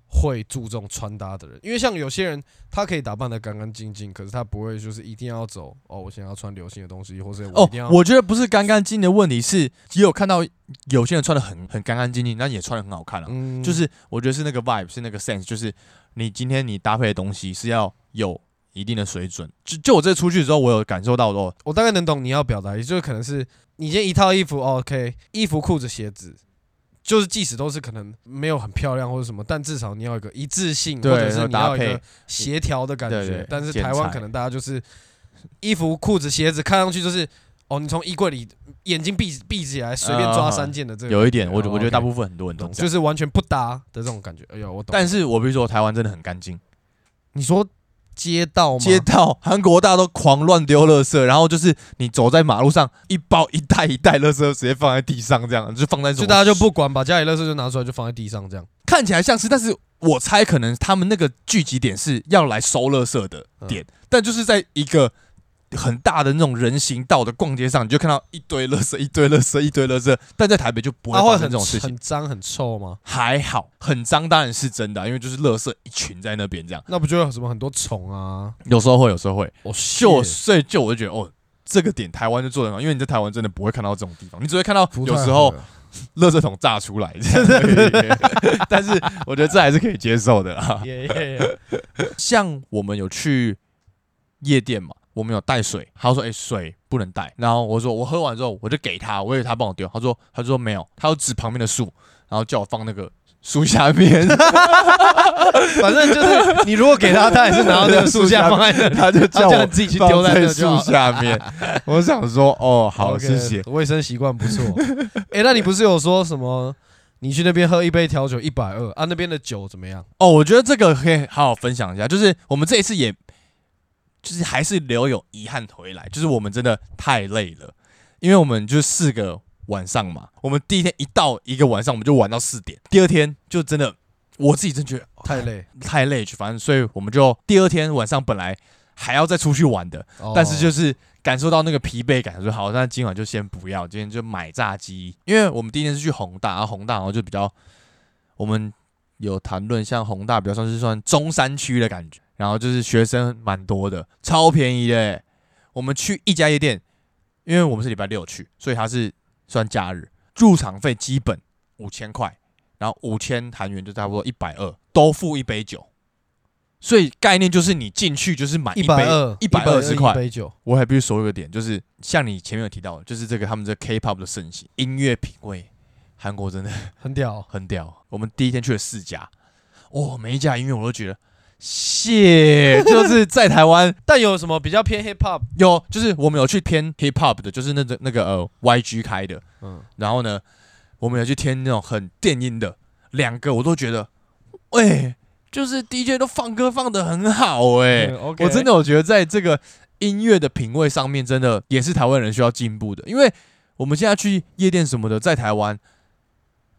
Speaker 2: 会注重穿搭的人，因为像有些人他可以打扮的干干净净，可是他不会就是一定要走哦，我想要穿流行的东西，或者我一
Speaker 1: 哦
Speaker 2: 定要、，
Speaker 1: 我觉得不是干干净净的问题，是也有看到有些人穿的很很干干净净，但也穿的很好看了、啊
Speaker 2: 嗯
Speaker 1: 就是我觉得是那个 vibe，是那个 sense，就是你今天你搭配的东西是要有一定的水准。就就我这次出去之后，我有感受到哦，
Speaker 2: 我大概能懂你要表达，也就是可能是你今天一套衣服哦，OK，衣服、裤子、鞋子，就是即使都是可能没有很漂亮或者什么，但至少你要有一个一致性，或
Speaker 1: 对
Speaker 2: 者是
Speaker 1: 要
Speaker 2: 你要
Speaker 1: 搭
Speaker 2: 有一
Speaker 1: 配
Speaker 2: 个协调的感觉。
Speaker 1: 对对
Speaker 2: 但是
Speaker 1: 剪
Speaker 2: 台湾
Speaker 1: 裁
Speaker 2: 可能大家就是衣服、裤子、鞋子看上去就是哦，你从衣柜里眼睛闭闭起来，随便抓
Speaker 1: 啊
Speaker 2: 三件的这个感觉，
Speaker 1: 有一点，我觉
Speaker 2: 哦
Speaker 1: 我觉得大
Speaker 2: OK
Speaker 1: 部分很多人都这
Speaker 2: 就
Speaker 1: 样。
Speaker 2: 是完全不搭的这种感觉。哎呦，我懂。
Speaker 1: 但是我必须说，台湾真的很干净。
Speaker 2: 你说街道吗？
Speaker 1: 街道，韩国大家都狂乱丢垃圾，然后就是你走在马路上，一包一袋一袋垃圾直接放在地上，这样就放在什么
Speaker 2: 就大家就不管，把家里垃圾就拿出来，就放在地上这样。
Speaker 1: 看起来像是，但是我猜可能他们那个聚集点是要来收垃圾的点，但就是在一个很大的那种人行道的逛街上，你就看到一堆垃圾，一堆垃圾，一堆垃圾，但在台北就不会
Speaker 2: 它会
Speaker 1: 发生
Speaker 2: 很
Speaker 1: 这种事情。
Speaker 2: 很脏很臭吗？
Speaker 1: 还好，很脏当然是真的啊、因为就是垃圾一群在那边这样，
Speaker 2: 那不就有什么很多虫啊？
Speaker 1: 有时候会，有时候会。
Speaker 2: 哦，
Speaker 1: 就所以就我就觉得哦，这个点台湾就做得很好，因为你在台湾真的不会看到这种地方，你只会看到有时候垃圾桶炸出 [LAUGHS] 来这样而已 [LAUGHS] 但是我觉得这还是可以接受的啊啦。
Speaker 2: 耶耶，
Speaker 1: 像我们有去夜店嘛，我们有带水，他说哎、水不能带，然后我说我喝完之后我就给他，我以为他帮我丢，他说他说没有，他就指旁边的树，然后叫我放那个树下面， [LAUGHS]
Speaker 2: 反正就是你如果给他，他也是拿到那个树下放在那里，
Speaker 1: 他就
Speaker 2: 他
Speaker 1: 叫
Speaker 2: 叫
Speaker 1: 我
Speaker 2: 你自己去丢
Speaker 1: 放
Speaker 2: 在
Speaker 1: 在
Speaker 2: 那就
Speaker 1: 树
Speaker 2: 好了。
Speaker 1: 下面。我想说，哦，好，
Speaker 2: OK，
Speaker 1: 谢谢。
Speaker 2: 卫生习惯不错。 [LAUGHS] 哎，那你不是有说什么？你去那边喝一杯调酒一百二啊？那边的酒怎么样？
Speaker 1: 哦，我觉得这个可以好好分享一下，就是我们这一次也，就是还是留有遗憾回来，就是我们真的太累了，因为我们就四个晚上嘛，我们第一天一到一个晚上我们就玩到四点，第二天就真的我自己真觉得哦
Speaker 2: 太累，
Speaker 1: 太累去，反正所以我们就第二天晚上本来还要再出去玩的，但是
Speaker 2: 哦
Speaker 1: 就是感受到那个疲惫感，说好，那今晚就先不要，今天就买炸鸡，因为我们第一天是去宏大，然后宏大然后就比较，我们有谈论像宏大比较算是算中山区的感觉，然后就是学生蛮多的，超便宜的欸，我们去一家夜店，因为我们是礼拜六去，所以它是算假日，入场费基本五千块，然后五千韩元就差不多一百二，都付一杯酒。所以概念就是你进去就是买一
Speaker 2: 哦一
Speaker 1: 杯
Speaker 2: 百二
Speaker 1: 一百二十块
Speaker 2: 一，杯酒。
Speaker 1: 我还必须说一个点，就是像你前面有提到的，就是这个他们这 K-pop 的盛行，音乐品味，韩国真的
Speaker 2: 很屌哦、
Speaker 1: 很屌。我们第一天去了四家，哦，每一家音乐我都觉得，谢，就是在台湾
Speaker 2: 但有什么比较偏 hip hop？
Speaker 1: 有，就是我们有去偏 Hip-hop 的，就是那个那个呃 YG 开的，
Speaker 2: 嗯，
Speaker 1: 然后呢，我们有去听那种很电音的，两个我都觉得，喂、就是 DJ 都放歌放的很好哎、
Speaker 2: o k
Speaker 1: 我真的我觉得在这个音乐的品味上面，真的也是台湾人需要进步的，因为我们现在去夜店什么的，在台湾，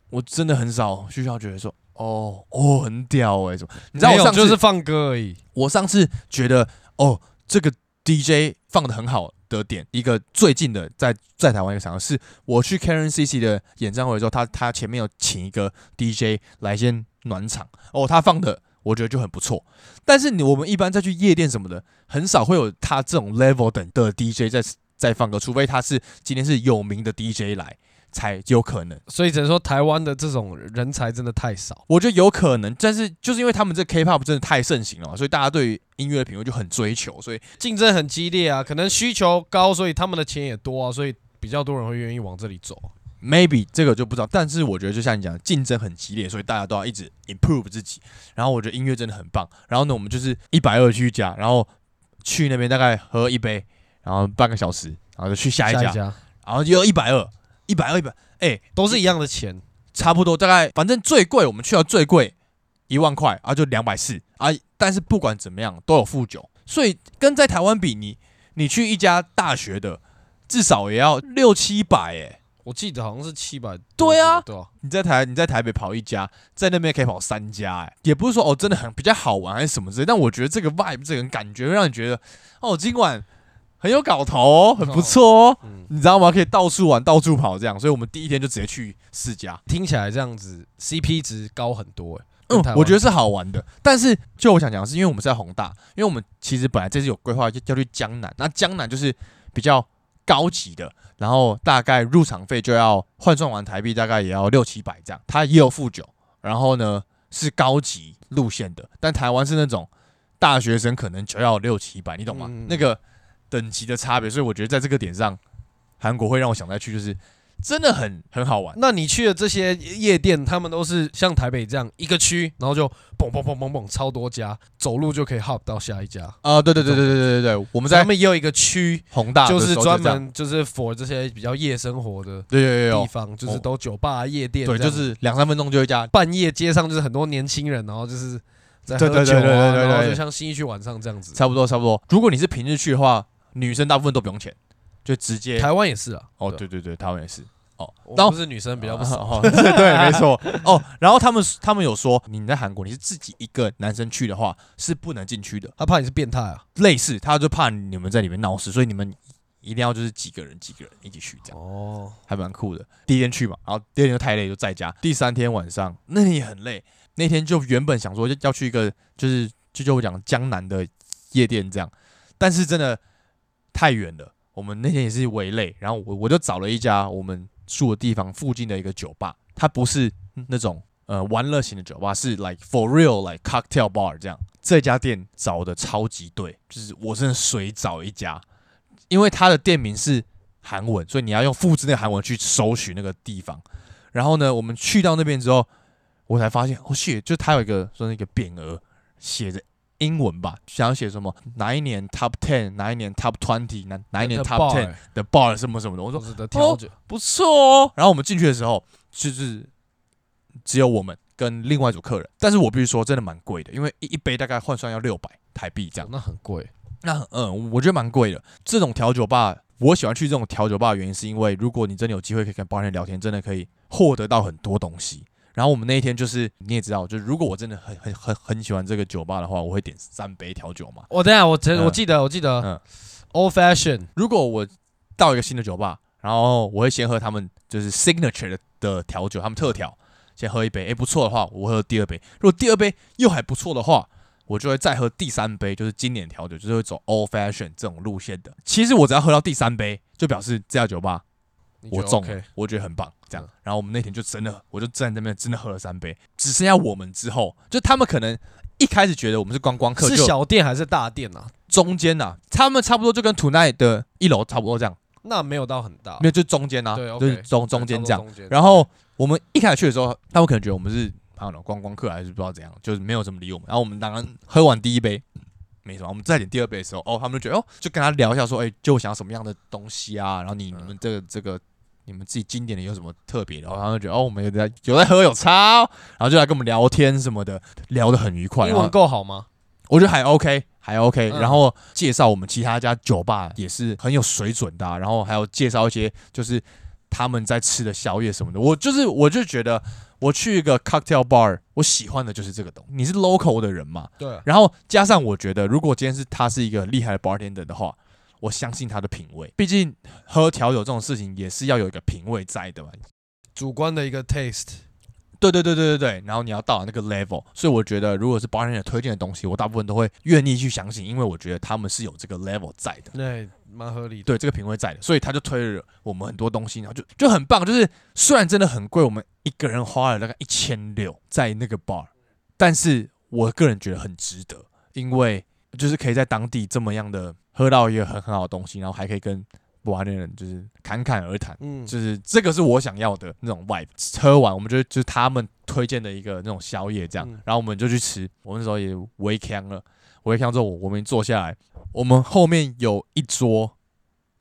Speaker 1: 我真的很少需要觉得说，哦哦，很屌哎、欸，什么？你知道我
Speaker 2: 没有
Speaker 1: 上次、
Speaker 2: 就是放歌而已。
Speaker 1: 我上次觉得，哦，这个 DJ 放的很好的点，一个最近的在在台湾一个场合，是我去 Karen CC 的演唱会的时候，他他前面有请一个 DJ 来先暖场，哦，他放的我觉得就很不错。但是你我们一般再去夜店什么的，很少会有他这种 level 等的 DJ 在在放歌，除非他是今天是有名的 DJ 来才有可能。
Speaker 2: 所以只能说台湾的这种人才真的太少。
Speaker 1: 我觉得有可能，但是就是因为他们这 K-pop 真的太盛行了嘛，所以大家对于音乐的品味就很追求，所以
Speaker 2: 竞争很激烈啊，可能需求高，所以他们的钱也多啊，所以比较多人会愿意往这里走。啊
Speaker 1: maybe 这个就不知道，但是我觉得就像你讲，竞争很激烈，所以大家都要一直 improve 自己。然后我觉得音乐真的很棒。然后呢，我们就是一百二去一家，然后去那边大概喝一杯，然后半个小时，然后就去下一家，
Speaker 2: 家
Speaker 1: 然后又一百二，一百二一百，哎，
Speaker 2: 都是一样的钱，
Speaker 1: 差不多大概，反正最贵我们去到最贵一万块啊，就两百四啊。但是不管怎么样都有付酒，所以跟在台湾比，你你去一家大学的，至少也要六七百哎、
Speaker 2: 我记得好像是七百。
Speaker 1: 对啊
Speaker 2: 对啊，
Speaker 1: 你在台你在台北跑一家，在那边可以跑三家、哎，也不是说哦真的很比较好玩还是什么之类，但我觉得这个 vibe 这个感觉会让你觉得哦今晚很有搞头、哦，很不错哦，
Speaker 2: 嗯，
Speaker 1: 你知道吗？可以到处玩到处跑这样，所以我们第一天就直接去四家，
Speaker 2: 听起来这样子 CP 值高很多、欸。
Speaker 1: 嗯
Speaker 2: 跟台，湾
Speaker 1: 我觉得是好玩的。但是就我想讲的是，因为我们是在宏大，因为我们其实本来这次有规划就要去江南，那江南就是比较高级的，然后大概入场费就要换算完台币大概也要六七百这样，它也有付酒，然后呢是高级路线的，但台湾是那种大学生可能就要六七百，你懂吗？
Speaker 2: 嗯
Speaker 1: 那个等级的差别，所以我觉得在这个点上，韩国会让我想再去，就是真的很很好玩。
Speaker 2: 那你去的这些夜店，他们都是像台北这样一个区，然后就蹦蹦蹦蹦蹦超多家，走路就可以 hop 到下一家。
Speaker 1: 啊、对对对对对对对对，我们
Speaker 2: 他
Speaker 1: 在啊
Speaker 2: 们也有一个区，
Speaker 1: 宏大的
Speaker 2: 就是
Speaker 1: 时候
Speaker 2: 专
Speaker 1: 这样
Speaker 2: 门就是 for 这些比较夜生活的
Speaker 1: 对有有有
Speaker 2: 地方，就是都酒吧啊、夜店这
Speaker 1: 对，
Speaker 2: 样，
Speaker 1: 就是两三分钟就一家。
Speaker 2: 半夜街上就是很多年轻人，然后就是在喝
Speaker 1: 对对对
Speaker 2: 酒
Speaker 1: 对对
Speaker 2: 啊，
Speaker 1: 对对
Speaker 2: 然后
Speaker 1: 对
Speaker 2: 就像新一区晚上这样子。
Speaker 1: 差不多差不多。如果你是平日去的话，女生大部分都不用钱，就直接
Speaker 2: 台湾也是啊，
Speaker 1: 哦，，对对对，台湾也是哦
Speaker 2: 我，
Speaker 1: 然
Speaker 2: 们
Speaker 1: 后
Speaker 2: 不是女生比较不少，
Speaker 1: [LAUGHS] 哦，对对，没错哦。然后他们他们有说，你在韩国你是自己一个男生去的话是不能进去的，
Speaker 2: 他怕你是变态啊。
Speaker 1: 类似他就怕你们在里面闹事，所以你们一定要就是几个人几个人一起去这样。
Speaker 2: 哦，
Speaker 1: 还蛮酷的。第一天去嘛，然后第二天就太累，就在家。第三天晚上那天也很累，那天就原本想说要要去一个就是就就我讲江南的夜店这样，但是真的太远了，我们那天也是为累，然后我我就找了一家我们住的地方附近的一个酒吧，它不是那种呃玩乐型的酒吧，是 like for real like cocktail bar 这样。这家店找的超级对，就是我真的水找一家，因为它的店名是韩文，所以你要用复制那个韩文去搜寻那个地方。然后呢，我们去到那边之后，我才发现哦，谢，就他有一个算是一个匾额，写着英文吧，想要写什么哪一年 top ten，哪一年 top twenty，哪哪一年 top ten 的 bar 什么什么的。我
Speaker 2: 欸
Speaker 1: 说
Speaker 2: 我说哦的调酒，
Speaker 1: 不错哦。然后我们进去的时候，就是只有我们跟另外一组客人，但是我必须说，真的蛮贵的，因为一一杯大概换算要六百台币这样
Speaker 2: 哦。那很贵，
Speaker 1: 那很嗯，我觉得蛮贵的。这种调酒吧，我喜欢去这种调酒吧的原因，是因为如果你真的有机会可以跟 bartender 聊天，真的可以获得到很多东西。然后我们那一天就是你也知道，就是如果我真的很很很很喜欢这个酒吧的话，我会点三杯调酒嘛。
Speaker 2: 我等一下，我记
Speaker 1: 嗯
Speaker 2: 我记得，我记得
Speaker 1: 嗯
Speaker 2: ，old fashion
Speaker 1: 如果我到一个新的酒吧，然后我会先喝他们就是 signature 的的调酒，他们特调，先喝一杯，诶，不错的话，我会喝第二杯。如果第二杯又还不错的话，我就会再喝第三杯，就是经典调酒，就是会走 old fashion 这种路线的。其实我只要喝到第三杯，就表示这家酒吧
Speaker 2: 你觉
Speaker 1: 我
Speaker 2: 得
Speaker 1: 中
Speaker 2: OK？
Speaker 1: 了，我觉得很棒。这样
Speaker 2: 嗯，
Speaker 1: 然后我们那天就真的，我就站在那边真的喝了三杯，只剩下我们之后，就他们可能一开始觉得我们是观光客，
Speaker 2: 是
Speaker 1: 就
Speaker 2: 小店还是大店啊？
Speaker 1: 中间呐、他们差不多就跟 tonight 的一楼差不多这样。
Speaker 2: 那没有到很大
Speaker 1: 没，有，就中间啊，
Speaker 2: 对，OK
Speaker 1: 就是中中间这
Speaker 2: 差
Speaker 1: 样。
Speaker 2: 不多中间
Speaker 1: 然后我们一开始去的时候，他们可能觉得我们是啊观光客还是不知道怎样，就是没有什么理我们。然后我们当然喝完第一杯没什么，我们再点第二杯的时候，哦，他们就觉得哦，就跟他聊一下说，哎，就我想要什么样的东西啊，然后你
Speaker 2: 嗯
Speaker 1: 你们这个这个。你们自己经典的有什么特别的？然后他们就觉得哦，我们有在有在喝有差、哦，然后就来跟我们聊天什么的，聊得很愉快。
Speaker 2: 英
Speaker 1: 然后
Speaker 2: 文够好吗？
Speaker 1: 我觉得还 OK，还 OK、
Speaker 2: 嗯
Speaker 1: 然后介绍我们其他家酒吧也是很有水准的啊、然后还有介绍一些就是他们在吃的宵夜什么的。我就是我就觉得我去一个 cocktail bar，我喜欢的就是这个东西。你是 local 的人嘛？
Speaker 2: 对，
Speaker 1: 然后加上我觉得，如果今天是他是一个厉害的 bartender 的话，我相信他的品味。毕竟喝调酒这种事情也是要有一个品味在的嘛。
Speaker 2: 主观的一个 taste，
Speaker 1: 对对对对对对，然后你要到达那个 level，所以我觉得如果是 bartender 推荐的东西，我大部分都会愿意去相信，因为我觉得他们是有这个 level 在的，
Speaker 2: 那蛮合理的。
Speaker 1: 对这个品味在的，所以他就推了我们很多东西，然后就就很棒，就是虽然真的很贵，我们一个人花了大概一千六在那个 bar，但是我个人觉得很值得，因为就是可以在当地这么样的喝到一个很很好的东西，然后还可以跟 bartender 就是侃侃而谈。
Speaker 2: 嗯，
Speaker 1: 就是这个是我想要的那种 vibe。喝完，我们就就是他们推荐的一个那种宵夜这样，
Speaker 2: 嗯
Speaker 1: 然后我们就去吃。我们那时候也围腔了，围腔之后我我们坐下来，我们后面有一桌，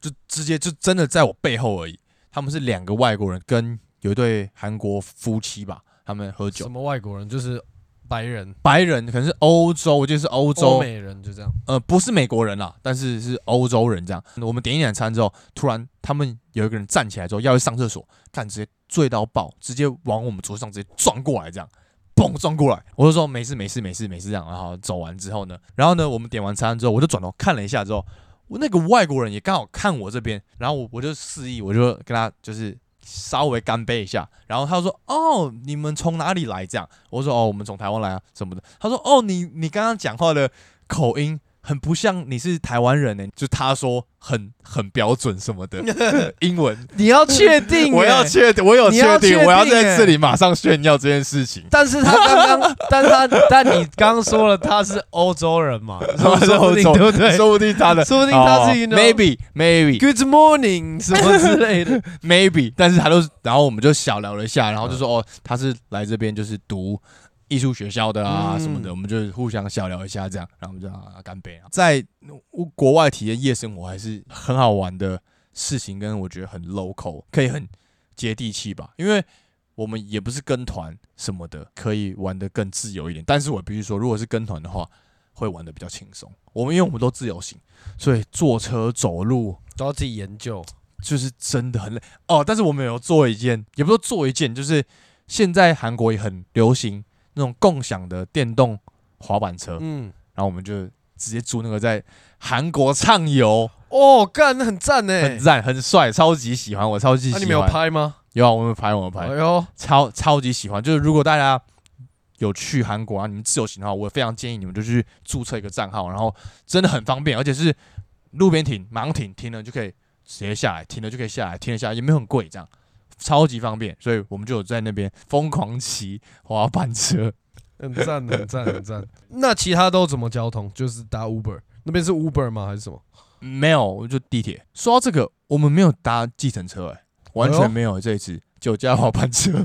Speaker 1: 就直接就真的在我背后而已。他们是两个外国人跟有一对韩国夫妻吧，他们喝
Speaker 2: 什
Speaker 1: 酒，
Speaker 2: 么外国人就是白人、
Speaker 1: 白人可能是欧洲，我记得是欧洲
Speaker 2: 欧，美人，就这样。
Speaker 1: 呃，不是美国人啦，但是是欧洲人这样。我们点一点餐之后，突然他们有一个人站起来之后要去上厕所，干直接醉到爆，直接往我们桌上直接撞过来，这样，嘣撞过来。我就说没事没事没事没事这样。然后走完之后呢，然后呢，我们点完餐之后，我就转头看了一下之后，我那个外国人也刚好看我这边，然后我我就示意，我就跟他就是稍微干杯一下，然后他说：“哦，你们从哪里来？”这样，我说：“哦，我们从台湾来啊，什么的。”他说：“哦，你你刚刚讲话的口音很不像你是台湾人呢、欸就他说很很标准什么
Speaker 2: [LAUGHS]
Speaker 1: 的英文。
Speaker 2: 你要
Speaker 1: [LAUGHS]
Speaker 2: 确定欸
Speaker 1: 我要确定，我有
Speaker 2: 你
Speaker 1: 确
Speaker 2: 要
Speaker 1: 定，
Speaker 2: 确
Speaker 1: 我要
Speaker 2: 定
Speaker 1: 在
Speaker 2: 欸
Speaker 1: 这里马上炫耀这件事情。
Speaker 2: 但是他刚 [LAUGHS] 刚，但他但你刚刚说了他是欧洲人
Speaker 1: [LAUGHS]
Speaker 2: 嘛，
Speaker 1: 他是
Speaker 2: [LAUGHS] 说不定
Speaker 1: 欧洲
Speaker 2: 对不对？
Speaker 1: 说不定他的，
Speaker 2: [LAUGHS]
Speaker 1: 哦
Speaker 2: 说不定他是一个
Speaker 1: maybe maybe
Speaker 2: Good morning 什么之类
Speaker 1: [LAUGHS]
Speaker 2: 的，
Speaker 1: maybe，但是他都，然后我们就小聊了一下，然后就说哦，他是来这边就是读艺术学校的啊
Speaker 2: 嗯
Speaker 1: 什么的，我们就互相小聊一下这样，然后我们就啊干杯啊。在国外体验夜生活还是很好玩的事情，跟我觉得很 local，可以很接地气吧，因为。我们也不是跟团什么的，可以玩得更自由一点。但是我必须说，如果是跟团的话，会玩得比较轻松。我们因为我们都自由行，所以坐车、走路、
Speaker 2: 都要自己研究。
Speaker 1: 就是真的很累哦。但是我们有做一件，也不是说做一件，就是现在韩国也很流行那种共享的电动滑板车，
Speaker 2: 嗯，
Speaker 1: 然后我们就直接租那个在韩国畅游，
Speaker 2: 哦，干，那很赞呢。
Speaker 1: 很赞，很帅，超级喜欢，我超级喜
Speaker 2: 那
Speaker 1: 欢。
Speaker 2: 啊你们有？拍吗？
Speaker 1: 有啊，我们有拍，我们有
Speaker 2: 哎
Speaker 1: 拍，
Speaker 2: 呦，
Speaker 1: 超超级喜欢。就是如果大家有去韩国啊，你们自由行的话，我非常建议你们就去注册一个账号，然后真的很方便，而且是路边停、盲停，停了就可以直接下来，停了就可以下来，停了下来也没有很贵，这样超级方便。所以我们就有在那边疯狂骑滑板车，
Speaker 2: 很赞，很赞，很
Speaker 1: [LAUGHS]
Speaker 2: 赞。那其他都怎么交通？就是搭 Uber，那边是 Uber 吗？还是什么？
Speaker 1: 没有就地铁。说到这个，我们没有搭计程车、欸，完
Speaker 2: 哎呦
Speaker 1: 全没有这一次。酒驾滑板车，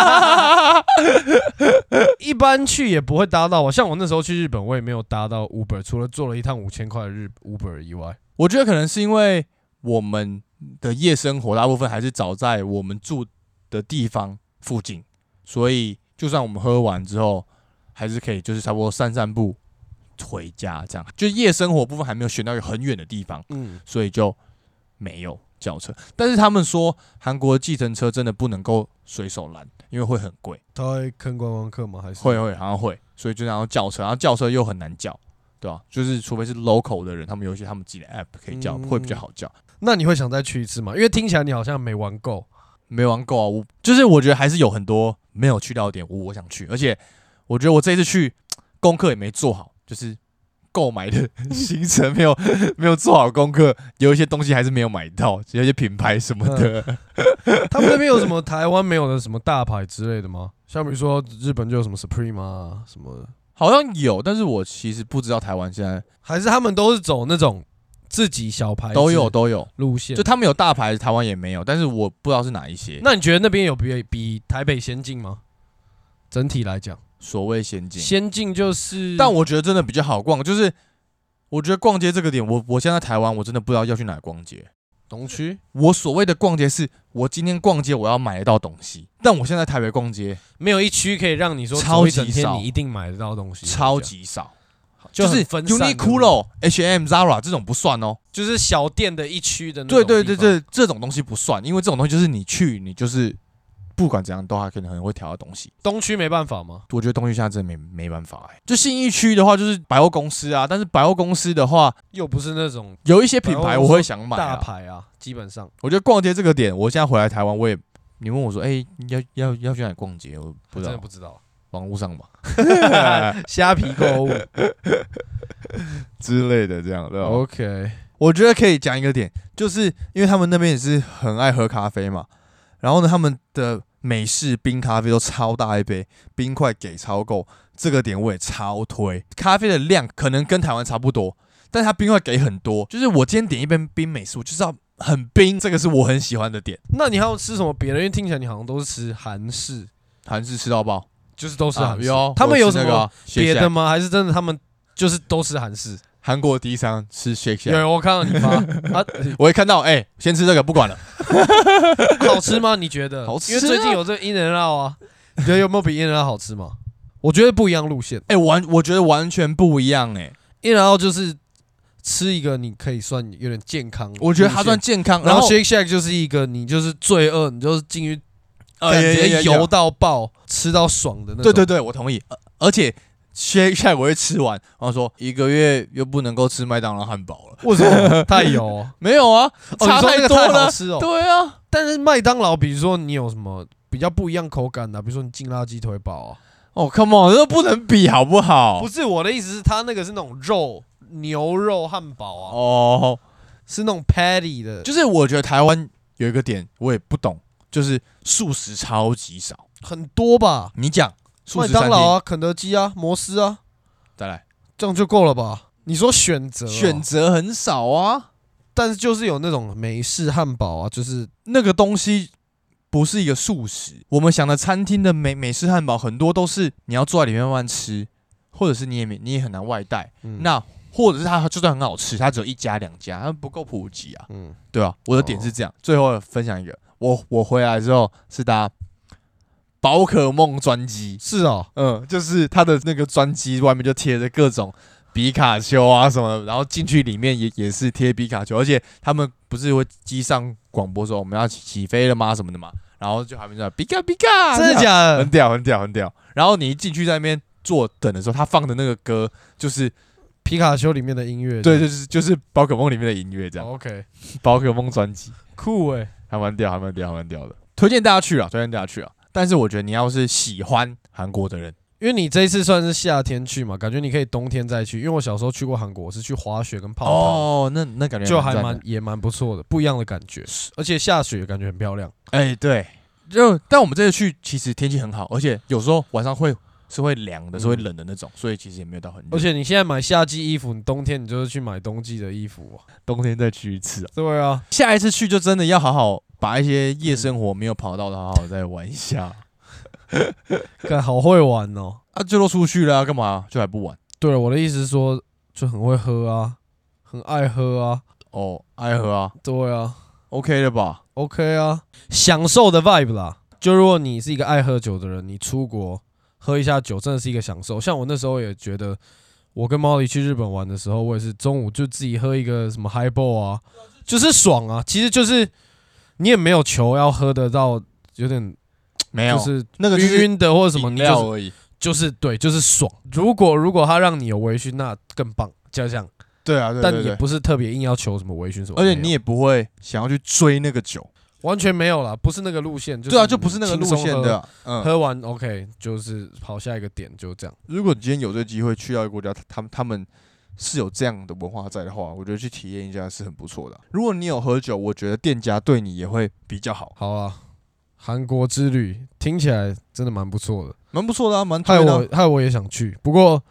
Speaker 2: [LAUGHS] 一般去也不会搭到我，像我那时候去日本，我也没有搭到 Uber，除了坐了一趟五千块的日 Uber 以外。
Speaker 1: 我觉得可能是因为我们的夜生活大部分还是早在我们住的地方附近，所以就算我们喝完之后，还是可以就是差不多散散步回家这样。就夜生活部分还没有选到一个很远的地方，
Speaker 2: 嗯，
Speaker 1: 所以就没有轿车。但是他们说韩国计程车真的不能够随手拦，因为会很贵，
Speaker 2: 他会坑观光客吗？还是
Speaker 1: 会会好像会，所以就然后轿车，然后轿车又很难叫。对吧、就是除非是 local 的人，他们有一些他们自己的 app 可以叫，会比较好叫。
Speaker 2: 那你会想再去一次吗？因为听起来你好像没玩够。
Speaker 1: 没玩够啊，我就是我觉得还是有很多没有去到的点，我我想去，而且我觉得我这一次去功课也没做好，就是购买的行程没有 [LAUGHS] 没有做好功课，有一些东西还是没有买到，有一些品牌什么
Speaker 2: 嗯
Speaker 1: 的。
Speaker 2: [LAUGHS] 他们那边有什么台湾没有的什么大牌之类的吗？像比如说日本就有什么 Supreme 啊，什么，
Speaker 1: 好像有，但是我其实不知道台湾现在
Speaker 2: 还是他们都是走那种自己小牌子
Speaker 1: 都有都有，
Speaker 2: 路线
Speaker 1: 就。他们有大牌，台湾也没有，但是我不知道是哪一些。
Speaker 2: 那你觉得那边有比比台北先进吗？整体来讲，
Speaker 1: 所谓先进，
Speaker 2: 先进就是，
Speaker 1: 但我觉得真的比较好逛，就是我觉得逛街这个点，我我现在在台湾我真的不知道要去哪逛街。
Speaker 2: 东区
Speaker 1: 我所谓的逛街是，我今天逛街我要买得到东西，但我现在台北逛街
Speaker 2: 没有一区可以让你说
Speaker 1: 超级
Speaker 2: 走一整天
Speaker 1: 少
Speaker 2: 你一定买得到东西，
Speaker 1: 超级少，
Speaker 2: 就
Speaker 1: 就是
Speaker 2: 很分散
Speaker 1: Uniqlo、H&M、Zara 这种不算哦。
Speaker 2: 就是小店的一区的那
Speaker 1: 对
Speaker 2: 种
Speaker 1: 对对
Speaker 2: 地方，
Speaker 1: 对，这种东西不算，因为这种东西就是你去，你就是不管怎样都还可能很会挑到东西。
Speaker 2: 东区没办法吗？
Speaker 1: 我觉得东西现在真的没没办法哎、就信义区的话就是百货公司啊，但是百货公司的话
Speaker 2: 又不是那种
Speaker 1: 有一些品牌我会想买、
Speaker 2: 大
Speaker 1: 啊。
Speaker 2: 牌啊，基本上
Speaker 1: 我觉得逛街这个点，我现在回来台湾我也，你问我说，哎、要要要去哪里逛街？我不
Speaker 2: 我
Speaker 1: 知
Speaker 2: 真的
Speaker 1: 道，
Speaker 2: 不知道， [LAUGHS]
Speaker 1: 网络上吧。
Speaker 2: 虾皮
Speaker 1: [LAUGHS]
Speaker 2: 购
Speaker 1: 啊
Speaker 2: 物。
Speaker 1: 之类的，这样对吧
Speaker 2: 哦 OK，
Speaker 1: 我觉得可以讲一个点，就是因为他们那边也是很爱喝咖啡嘛，然后呢，他们的美式冰咖啡都超大一杯，冰块给超够，这个点我也超推。咖啡的量可能跟台湾差不多，但它冰块给很多，就是我今天点一杯冰美式，我就是要很冰，这个是我很喜欢的点。
Speaker 2: 那你还要吃什么别的？因为听起来你好像都是吃韩式，
Speaker 1: 韩式吃到爆，
Speaker 2: 就是都吃
Speaker 1: 啊
Speaker 2: 韩式。
Speaker 1: 有
Speaker 2: 他们有
Speaker 1: 我吃
Speaker 2: 什
Speaker 1: 那个
Speaker 2: 么
Speaker 1: 啊 Shake
Speaker 2: 别的
Speaker 1: Shack
Speaker 2: 吗？还是真的他们就是都吃韩式？
Speaker 1: 韩国第一商吃 shake shake，
Speaker 2: 有，我看到你
Speaker 1: [LAUGHS]
Speaker 2: 发啊，
Speaker 1: 我一看到哎、先吃这个不管了，
Speaker 2: [LAUGHS] 好吃吗？你觉得？
Speaker 1: 好吃啊
Speaker 2: 因为最近有这 In and Out 啊，你觉得有没有比 In and Out 好吃吗？我觉得不一样路线
Speaker 1: 哎、完我觉得完全不一样哎、
Speaker 2: ，In and Out 就是吃一个你可以算有点健康，
Speaker 1: 我觉得它算。健康，
Speaker 2: 然
Speaker 1: 然
Speaker 2: 后
Speaker 1: 后
Speaker 2: Shake Shack 就是一个你就是罪恶，你就是进去感
Speaker 1: 感
Speaker 2: 觉
Speaker 1: 觉
Speaker 2: 油
Speaker 1: 油
Speaker 2: 到爆，吃到爽的那种。
Speaker 1: 对对对，我同意。呃而且 shake shake 我会吃完，然后说一个月又不能够吃麦当劳汉堡了。
Speaker 2: 为什么 [LAUGHS] 太
Speaker 1: [LAUGHS]
Speaker 2: 油哦？
Speaker 1: 没有啊，
Speaker 2: 哦
Speaker 1: 差
Speaker 2: 你说那
Speaker 1: 太
Speaker 2: 个
Speaker 1: 多
Speaker 2: 好
Speaker 1: 了。
Speaker 2: 吃哦。
Speaker 1: 对啊，
Speaker 2: 但是麦当劳，比如说你有什么比较不一样口感的、比如说你劲辣鸡腿堡、
Speaker 1: 哦，come on，这不能比好不好
Speaker 2: 啊不？是我的意思是，它那个是那种肉牛肉汉堡啊，
Speaker 1: 哦，
Speaker 2: 是那种 patty 的，
Speaker 1: 就
Speaker 2: 就
Speaker 1: 是我觉得台湾有一个点我也不懂，就是素食超级少。
Speaker 2: 很多吧。
Speaker 1: 你讲素
Speaker 2: 麦
Speaker 1: 食餐
Speaker 2: 当
Speaker 1: 厅，
Speaker 2: 劳啊，肯德基啊，摩斯啊，
Speaker 1: 再来
Speaker 2: 这样就够了吧？你说选择、啊
Speaker 1: 选，择很少啊，
Speaker 2: 但是就是有那种美式汉堡啊，就是
Speaker 1: 那个东西。不是一个素食，我们想的餐厅的美美式汉堡很多都是你要坐在里面慢慢吃，或者是你也没你也很难外带，
Speaker 2: 嗯
Speaker 1: 那或者是它就算很好吃，它只有一家两家，它不够普及啊，
Speaker 2: 嗯，
Speaker 1: 对啊，我的点是这样。最后分享一个，我我回来之后是搭宝可梦专机，
Speaker 2: 是哦，
Speaker 1: 嗯，就是它的那个专机外面就贴着各种皮卡丘啊什么的，然后进去里面也也是贴皮卡丘，而且他们不是会机上广播说我们要起起飞了吗什么的嘛，然后就还没在皮卡皮 [LAUGHS] 卡，
Speaker 2: 真的
Speaker 1: 啊这样？
Speaker 2: 假的
Speaker 1: 很？屌很屌很屌。然后你一进去在那边坐等的时候，他放的那个歌就是
Speaker 2: 皮卡丘里面的音乐，
Speaker 1: 对，哦就是就是宝可梦里面的音乐这样，欸
Speaker 2: ，OK，
Speaker 1: 宝可梦专辑
Speaker 2: 酷哎、
Speaker 1: 还蛮屌，还蛮屌，还蛮屌的，推荐大家去啊，推荐大家去啊。但是我觉得你要是喜欢韩国的人，
Speaker 2: 因为你这一次算是夏天去嘛，感觉你可以冬天再去。因为我小时候去过韩国，我是去滑雪跟泡汤，
Speaker 1: 哦，那那感觉
Speaker 2: 就还
Speaker 1: 赞的
Speaker 2: 蛮也蛮不错的，不一样的感觉。而且下雪感觉很漂亮。
Speaker 1: 哎，对，就但我们这次去其实天气很好，而且有时候晚上会是会凉的，
Speaker 2: 嗯
Speaker 1: 是会冷的那种，所以其实也没有到很热。
Speaker 2: 而且你现在买夏季衣服，你冬天你就是去买冬季的衣服、啊。
Speaker 1: [LAUGHS] 冬天再去一次啊，
Speaker 2: [LAUGHS] 对啊，
Speaker 1: 下一次去就真的要好好把一些
Speaker 2: 嗯
Speaker 1: 夜生活没有跑到的好好再玩一
Speaker 2: [LAUGHS]
Speaker 1: 下。
Speaker 2: 看好会玩哦。
Speaker 1: 啊，最多出去了、干嘛就还不玩？
Speaker 2: 对了，我的意思是说，就很会喝啊，很爱喝啊，
Speaker 1: 哦，爱喝啊
Speaker 2: 对啊
Speaker 1: ，OK 了吧？
Speaker 2: ，OK 啊，享受的 vibe 啦。就如果你是一个爱喝酒的人，你出国喝一下酒真的是一个享受。像我那时候也觉得，我跟猫 y 去日本玩的时候，我也是中午就自己喝一个什么 highball 啊，就是爽啊。其实就是你也没有求要喝得到，有点
Speaker 1: 没有，
Speaker 2: 就是
Speaker 1: 那个就是
Speaker 2: 晕晕的或者什么，
Speaker 1: 饮
Speaker 2: 你就是
Speaker 1: 料而已。
Speaker 2: 就是对，就是爽。如果如果他让你有微醺，那更棒，就这样。
Speaker 1: 对啊，对
Speaker 2: 但
Speaker 1: 对
Speaker 2: 也
Speaker 1: 对。
Speaker 2: 不是特别硬要求什么微醺什么，
Speaker 1: 而且你
Speaker 2: 也
Speaker 1: 也不会想要去追那个酒，
Speaker 2: 完全没有啦，不是那个路线。
Speaker 1: 对啊，就不是那个
Speaker 2: 轻
Speaker 1: 路
Speaker 2: 松
Speaker 1: 线
Speaker 2: 喝
Speaker 1: 的。嗯，
Speaker 2: 喝完 OK，就是跑下一个点，就这样。
Speaker 1: 如果你今天有这个机会去到一个国家，他他们他们是有这样的文化在的话，我觉得去体验一下是很不错的啊。如果你有喝酒，我觉得店家对你也会比较好，
Speaker 2: 好啊，韩国之旅听起来真的蛮不错的，
Speaker 1: 蛮不错的啊，蛮推
Speaker 2: 害
Speaker 1: 的啊
Speaker 2: 我。害我也想去。不过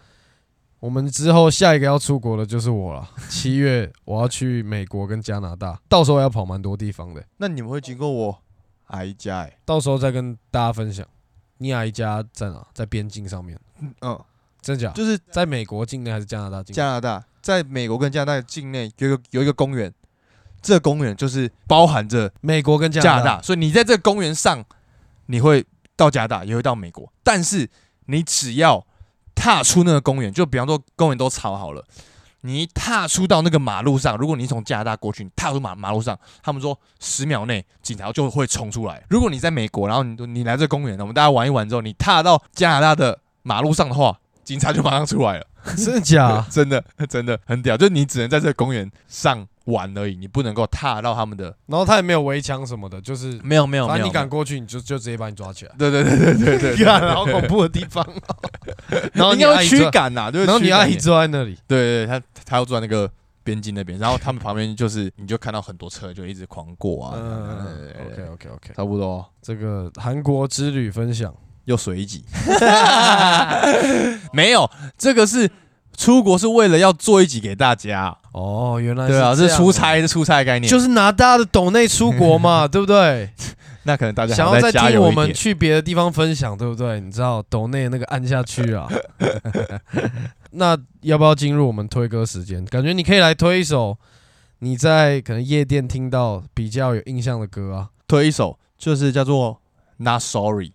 Speaker 2: 我们之后下一个要出国的就是我了，七月我要去美国跟加拿大，到时候要跑蛮多地方的。
Speaker 1: 那你们会经过我阿姨家、欸？
Speaker 2: 到时候再跟大家分享。尼亚一家在哪？在边境上面，
Speaker 1: 嗯，
Speaker 2: 真假？
Speaker 1: 就是
Speaker 2: 在美国境内还是加拿大境内？
Speaker 1: 加拿大，在美国跟加拿大境内有一个有一个公园，这个公园就是包含着
Speaker 2: 美国跟加
Speaker 1: 加
Speaker 2: 拿
Speaker 1: 拿大，所以你在这个公园上，你会到加拿大，也会到美国，但是你只要踏出那个公园，就比方说公园都草好了，你一踏出到那个马路上，如果你从加拿大过去，你踏出马马路上，他们说十秒内警察就会冲出来。如果你在美国，然后你你来这个公园，我们大家玩一玩之后，你踏到加拿大的马路上的话，警察就马上出来了。
Speaker 2: [LAUGHS] 真的假
Speaker 1: [LAUGHS] ？真的真的很屌，就是你只能在这个公园上玩而已，你不能够踏到他们的。
Speaker 2: 然后他也没有围墙什么的，就是
Speaker 1: 没有没有
Speaker 2: 反
Speaker 1: 没有，。
Speaker 2: 正你敢过去，你就就直接把你抓起来
Speaker 1: 对对对对对 [LAUGHS] 对
Speaker 2: [LAUGHS]
Speaker 1: 对，
Speaker 2: 看，好恐怖的地方。哦然后
Speaker 1: 应
Speaker 2: 你
Speaker 1: 该
Speaker 2: 阿
Speaker 1: 会
Speaker 2: 姨
Speaker 1: 驱
Speaker 2: 坐，
Speaker 1: 赶呐，就是
Speaker 2: 然后你
Speaker 1: 驱赶
Speaker 2: 阿
Speaker 1: 你
Speaker 2: 姨坐在那里，
Speaker 1: 对对，对他他要坐在那个边境那边，然后他们旁边就是你就看到很多车就一直狂过啊，
Speaker 2: 嗯
Speaker 1: 对对对
Speaker 2: ，OK
Speaker 1: 对
Speaker 2: OK OK，
Speaker 1: 差不多哦
Speaker 2: 这个韩国之旅分享，
Speaker 1: 又水一集， [LAUGHS] 没有这个是出国是为了要做一集给大家，
Speaker 2: 哦，原来
Speaker 1: 对啊，
Speaker 2: 这
Speaker 1: 是
Speaker 2: 样
Speaker 1: 出
Speaker 2: 哦，
Speaker 1: 差是出差的概念，
Speaker 2: 就是拿大家的抖内出国
Speaker 1: [LAUGHS]
Speaker 2: 嘛，对不对？
Speaker 1: 那可能大家
Speaker 2: 想
Speaker 1: 还
Speaker 2: 要
Speaker 1: 要再加
Speaker 2: 听
Speaker 1: 油
Speaker 2: 我
Speaker 1: 一
Speaker 2: 们
Speaker 1: 点
Speaker 2: 去别的地方分享，对不对？你知道抖内那个按下去啊。 [LAUGHS] 那要不要进入我们推歌时间？感觉你可以来推一首你在可能夜店听到比较有印象的歌啊。
Speaker 1: 推一首，就是叫做《Not Sorry》，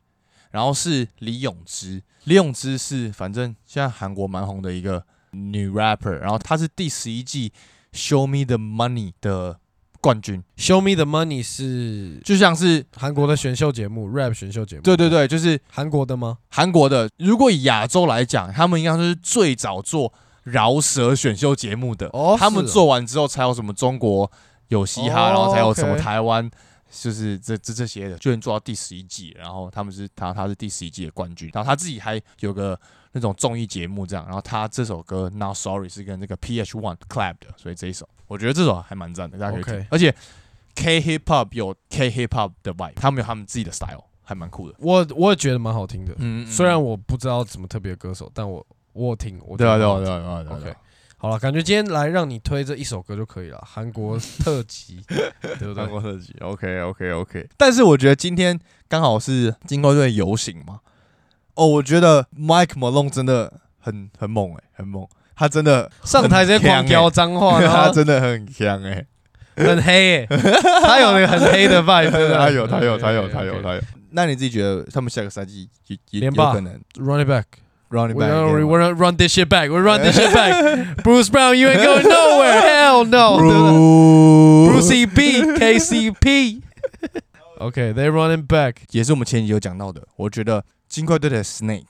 Speaker 1: 然后是李永芝。李永芝是反正现在韩国蛮红的一个女 rapper，然后她是第十一季《Show Me the Money》的冠军，
Speaker 2: Show Me the Money 是
Speaker 1: 就像是
Speaker 2: 韩国的选秀节目，rap 选秀节目。
Speaker 1: 对对，对，就是
Speaker 2: 韩国的吗？
Speaker 1: 韩国的。如果以亚洲来讲，他们应该是最早做饶舌选秀节目的。
Speaker 2: 哦
Speaker 1: 他们
Speaker 2: 是哦
Speaker 1: 做完之后，才有什么中国有嘻哈，
Speaker 2: 哦
Speaker 1: 然后才有什么
Speaker 2: OK
Speaker 1: 台湾，就是这这这些的，就能做到第十一季。然后他们是他他是第十一季的冠军，然后他自己还有个那种综艺节目这样。然后他这首歌《Now Sorry》是跟这个 PH One Club 的，所以这一首我觉得这首还蛮赞的，大家可以听。
Speaker 2: OK
Speaker 1: 而且 K Hip Hop 有 K Hip Hop 的 vibe，他们有他们自己的 style，还蛮酷的。
Speaker 2: 我我也觉得蛮好听的。
Speaker 1: 嗯
Speaker 2: 虽然我不知道什么特别的歌手，但我我有听，我觉
Speaker 1: 对
Speaker 2: 得
Speaker 1: 啊对啊
Speaker 2: 蛮好
Speaker 1: 对
Speaker 2: 听
Speaker 1: 啊对啊对啊
Speaker 2: OK
Speaker 1: 对啊。
Speaker 2: 好了，感觉今天来让你推这一首歌就可以了，韩国特
Speaker 1: [LAUGHS]
Speaker 2: 辑，对不对
Speaker 1: 韩？国特辑，OK OK OK。但是我觉得今天刚好是金钩队游行嘛，哦，我觉得 Mike Malone 真的很很猛哎、很猛，他真的
Speaker 2: 上台直接狂飙脏
Speaker 1: [LAUGHS]
Speaker 2: 话，然
Speaker 1: 他
Speaker 2: 后
Speaker 1: 真的很强哎、[LAUGHS]
Speaker 2: 很黑、欸，他有那个很黑的 vibe，对不对
Speaker 1: 他有他有他有
Speaker 2: OK，OK，OK
Speaker 1: 他有他有。那你自己觉得他们下个赛季有有有
Speaker 2: 连霸
Speaker 1: 可能
Speaker 2: Run it back,
Speaker 1: run it
Speaker 2: we gonna
Speaker 1: [LAUGHS] back？
Speaker 2: we gonna run this shit back, we run this
Speaker 1: [LAUGHS]
Speaker 2: shit back. Bruce Brown, you ain't going nowhere, hell no. 对不对
Speaker 1: Bruce
Speaker 2: Brucey
Speaker 1: [LAUGHS]
Speaker 2: B, KCP. Okay, they running back.
Speaker 1: 也是我们前几集有讲到的，我觉得金块队的 Snake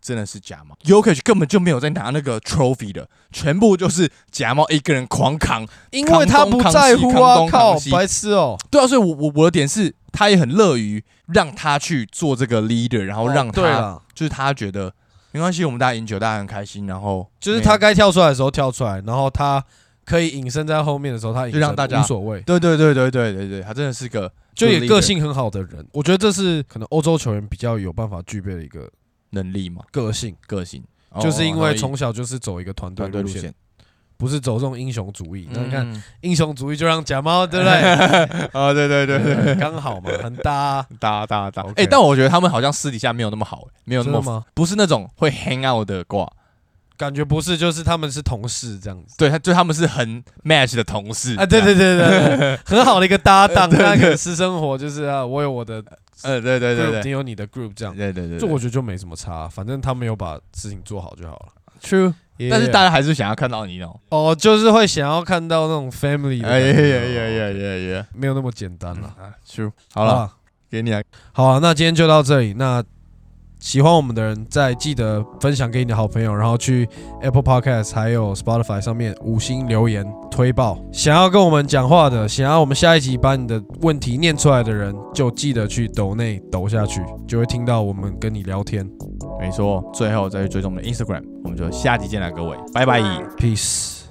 Speaker 1: 真的是假冒 y o k i c 根本就没有在拿那个 trophy 的，全部就是假冒一个人狂扛。
Speaker 2: 因为他不在乎啊，靠，白痴哦、
Speaker 1: 对啊，所以我我我的点是，他也很乐于让他去做这个 leader，然后哦让
Speaker 2: 对
Speaker 1: 他、
Speaker 2: 了，
Speaker 1: 就是他觉得没关系，我们大家赢球，大家很开心，然后
Speaker 2: 就是他该跳出来的时候跳出来，然后他可以隐身在后面的时候，他隐身
Speaker 1: 就让大家
Speaker 2: 无所谓，
Speaker 1: 对对对对对对对，他真的是个
Speaker 2: 就也
Speaker 1: leader
Speaker 2: 个性很好的人。我觉得这是可能欧洲球员比较有办法具备的一个
Speaker 1: 能力嘛，
Speaker 2: 个性，
Speaker 1: 个性，
Speaker 2: 就是因
Speaker 1: 哦
Speaker 2: 为
Speaker 1: 同意
Speaker 2: 从小就是走一个团队
Speaker 1: 团队
Speaker 2: 路
Speaker 1: 路
Speaker 2: 线，
Speaker 1: 线，
Speaker 2: 不是走这种英雄主义。那你看，
Speaker 1: 嗯
Speaker 2: 英雄主义就让假猫，对不对？
Speaker 1: [LAUGHS] 啊，对对对对，
Speaker 2: 对，刚好嘛，很搭
Speaker 1: [LAUGHS]
Speaker 2: 啊。
Speaker 1: 打打打。
Speaker 2: OK
Speaker 1: 哎，但我觉得他们好像私底下没有那么好，没有那
Speaker 2: 真的
Speaker 1: 么
Speaker 2: 吗？
Speaker 1: 不是那种会 hang out 的挂。
Speaker 2: 感觉不是，就是他们是同事这样子
Speaker 1: 对他，就他们是很 match 的同事
Speaker 2: 啊。对对
Speaker 1: 对，
Speaker 2: 对对对，很好的一个
Speaker 1: [LAUGHS]
Speaker 2: 搭档。那个私生活就是啊，我有我的
Speaker 1: 呃，对对对
Speaker 2: group，
Speaker 1: 对
Speaker 2: 你，有你的 group 这样。
Speaker 1: 对对对，
Speaker 2: 这我觉得就没什么差，反正他们有把事情做好就好了。
Speaker 1: true，但是
Speaker 2: Yeah
Speaker 1: 大家还是想要看到你哦。
Speaker 2: 哦，就是会想要看到那种 family 的
Speaker 1: 哎
Speaker 2: 感
Speaker 1: 呀
Speaker 2: 觉
Speaker 1: 呀呀呀呀呀
Speaker 2: 没有那么简单了。
Speaker 1: ！True，好了，
Speaker 2: 啊，
Speaker 1: 给你啊，
Speaker 2: 好啊，那今天就到这里。那喜欢我们的人，再记得分享给你的好朋友，然后去 Apple Podcast 还有 Spotify 上面五星留言推爆。想要跟我们讲话的，想要我们下一集把你的问题念出来的人，就记得去抖内抖下去，就会听到我们跟你聊天。
Speaker 1: 没错，最后再去追踪我们的 Instagram，我们就下集见啦，各位，拜拜。
Speaker 2: Peace。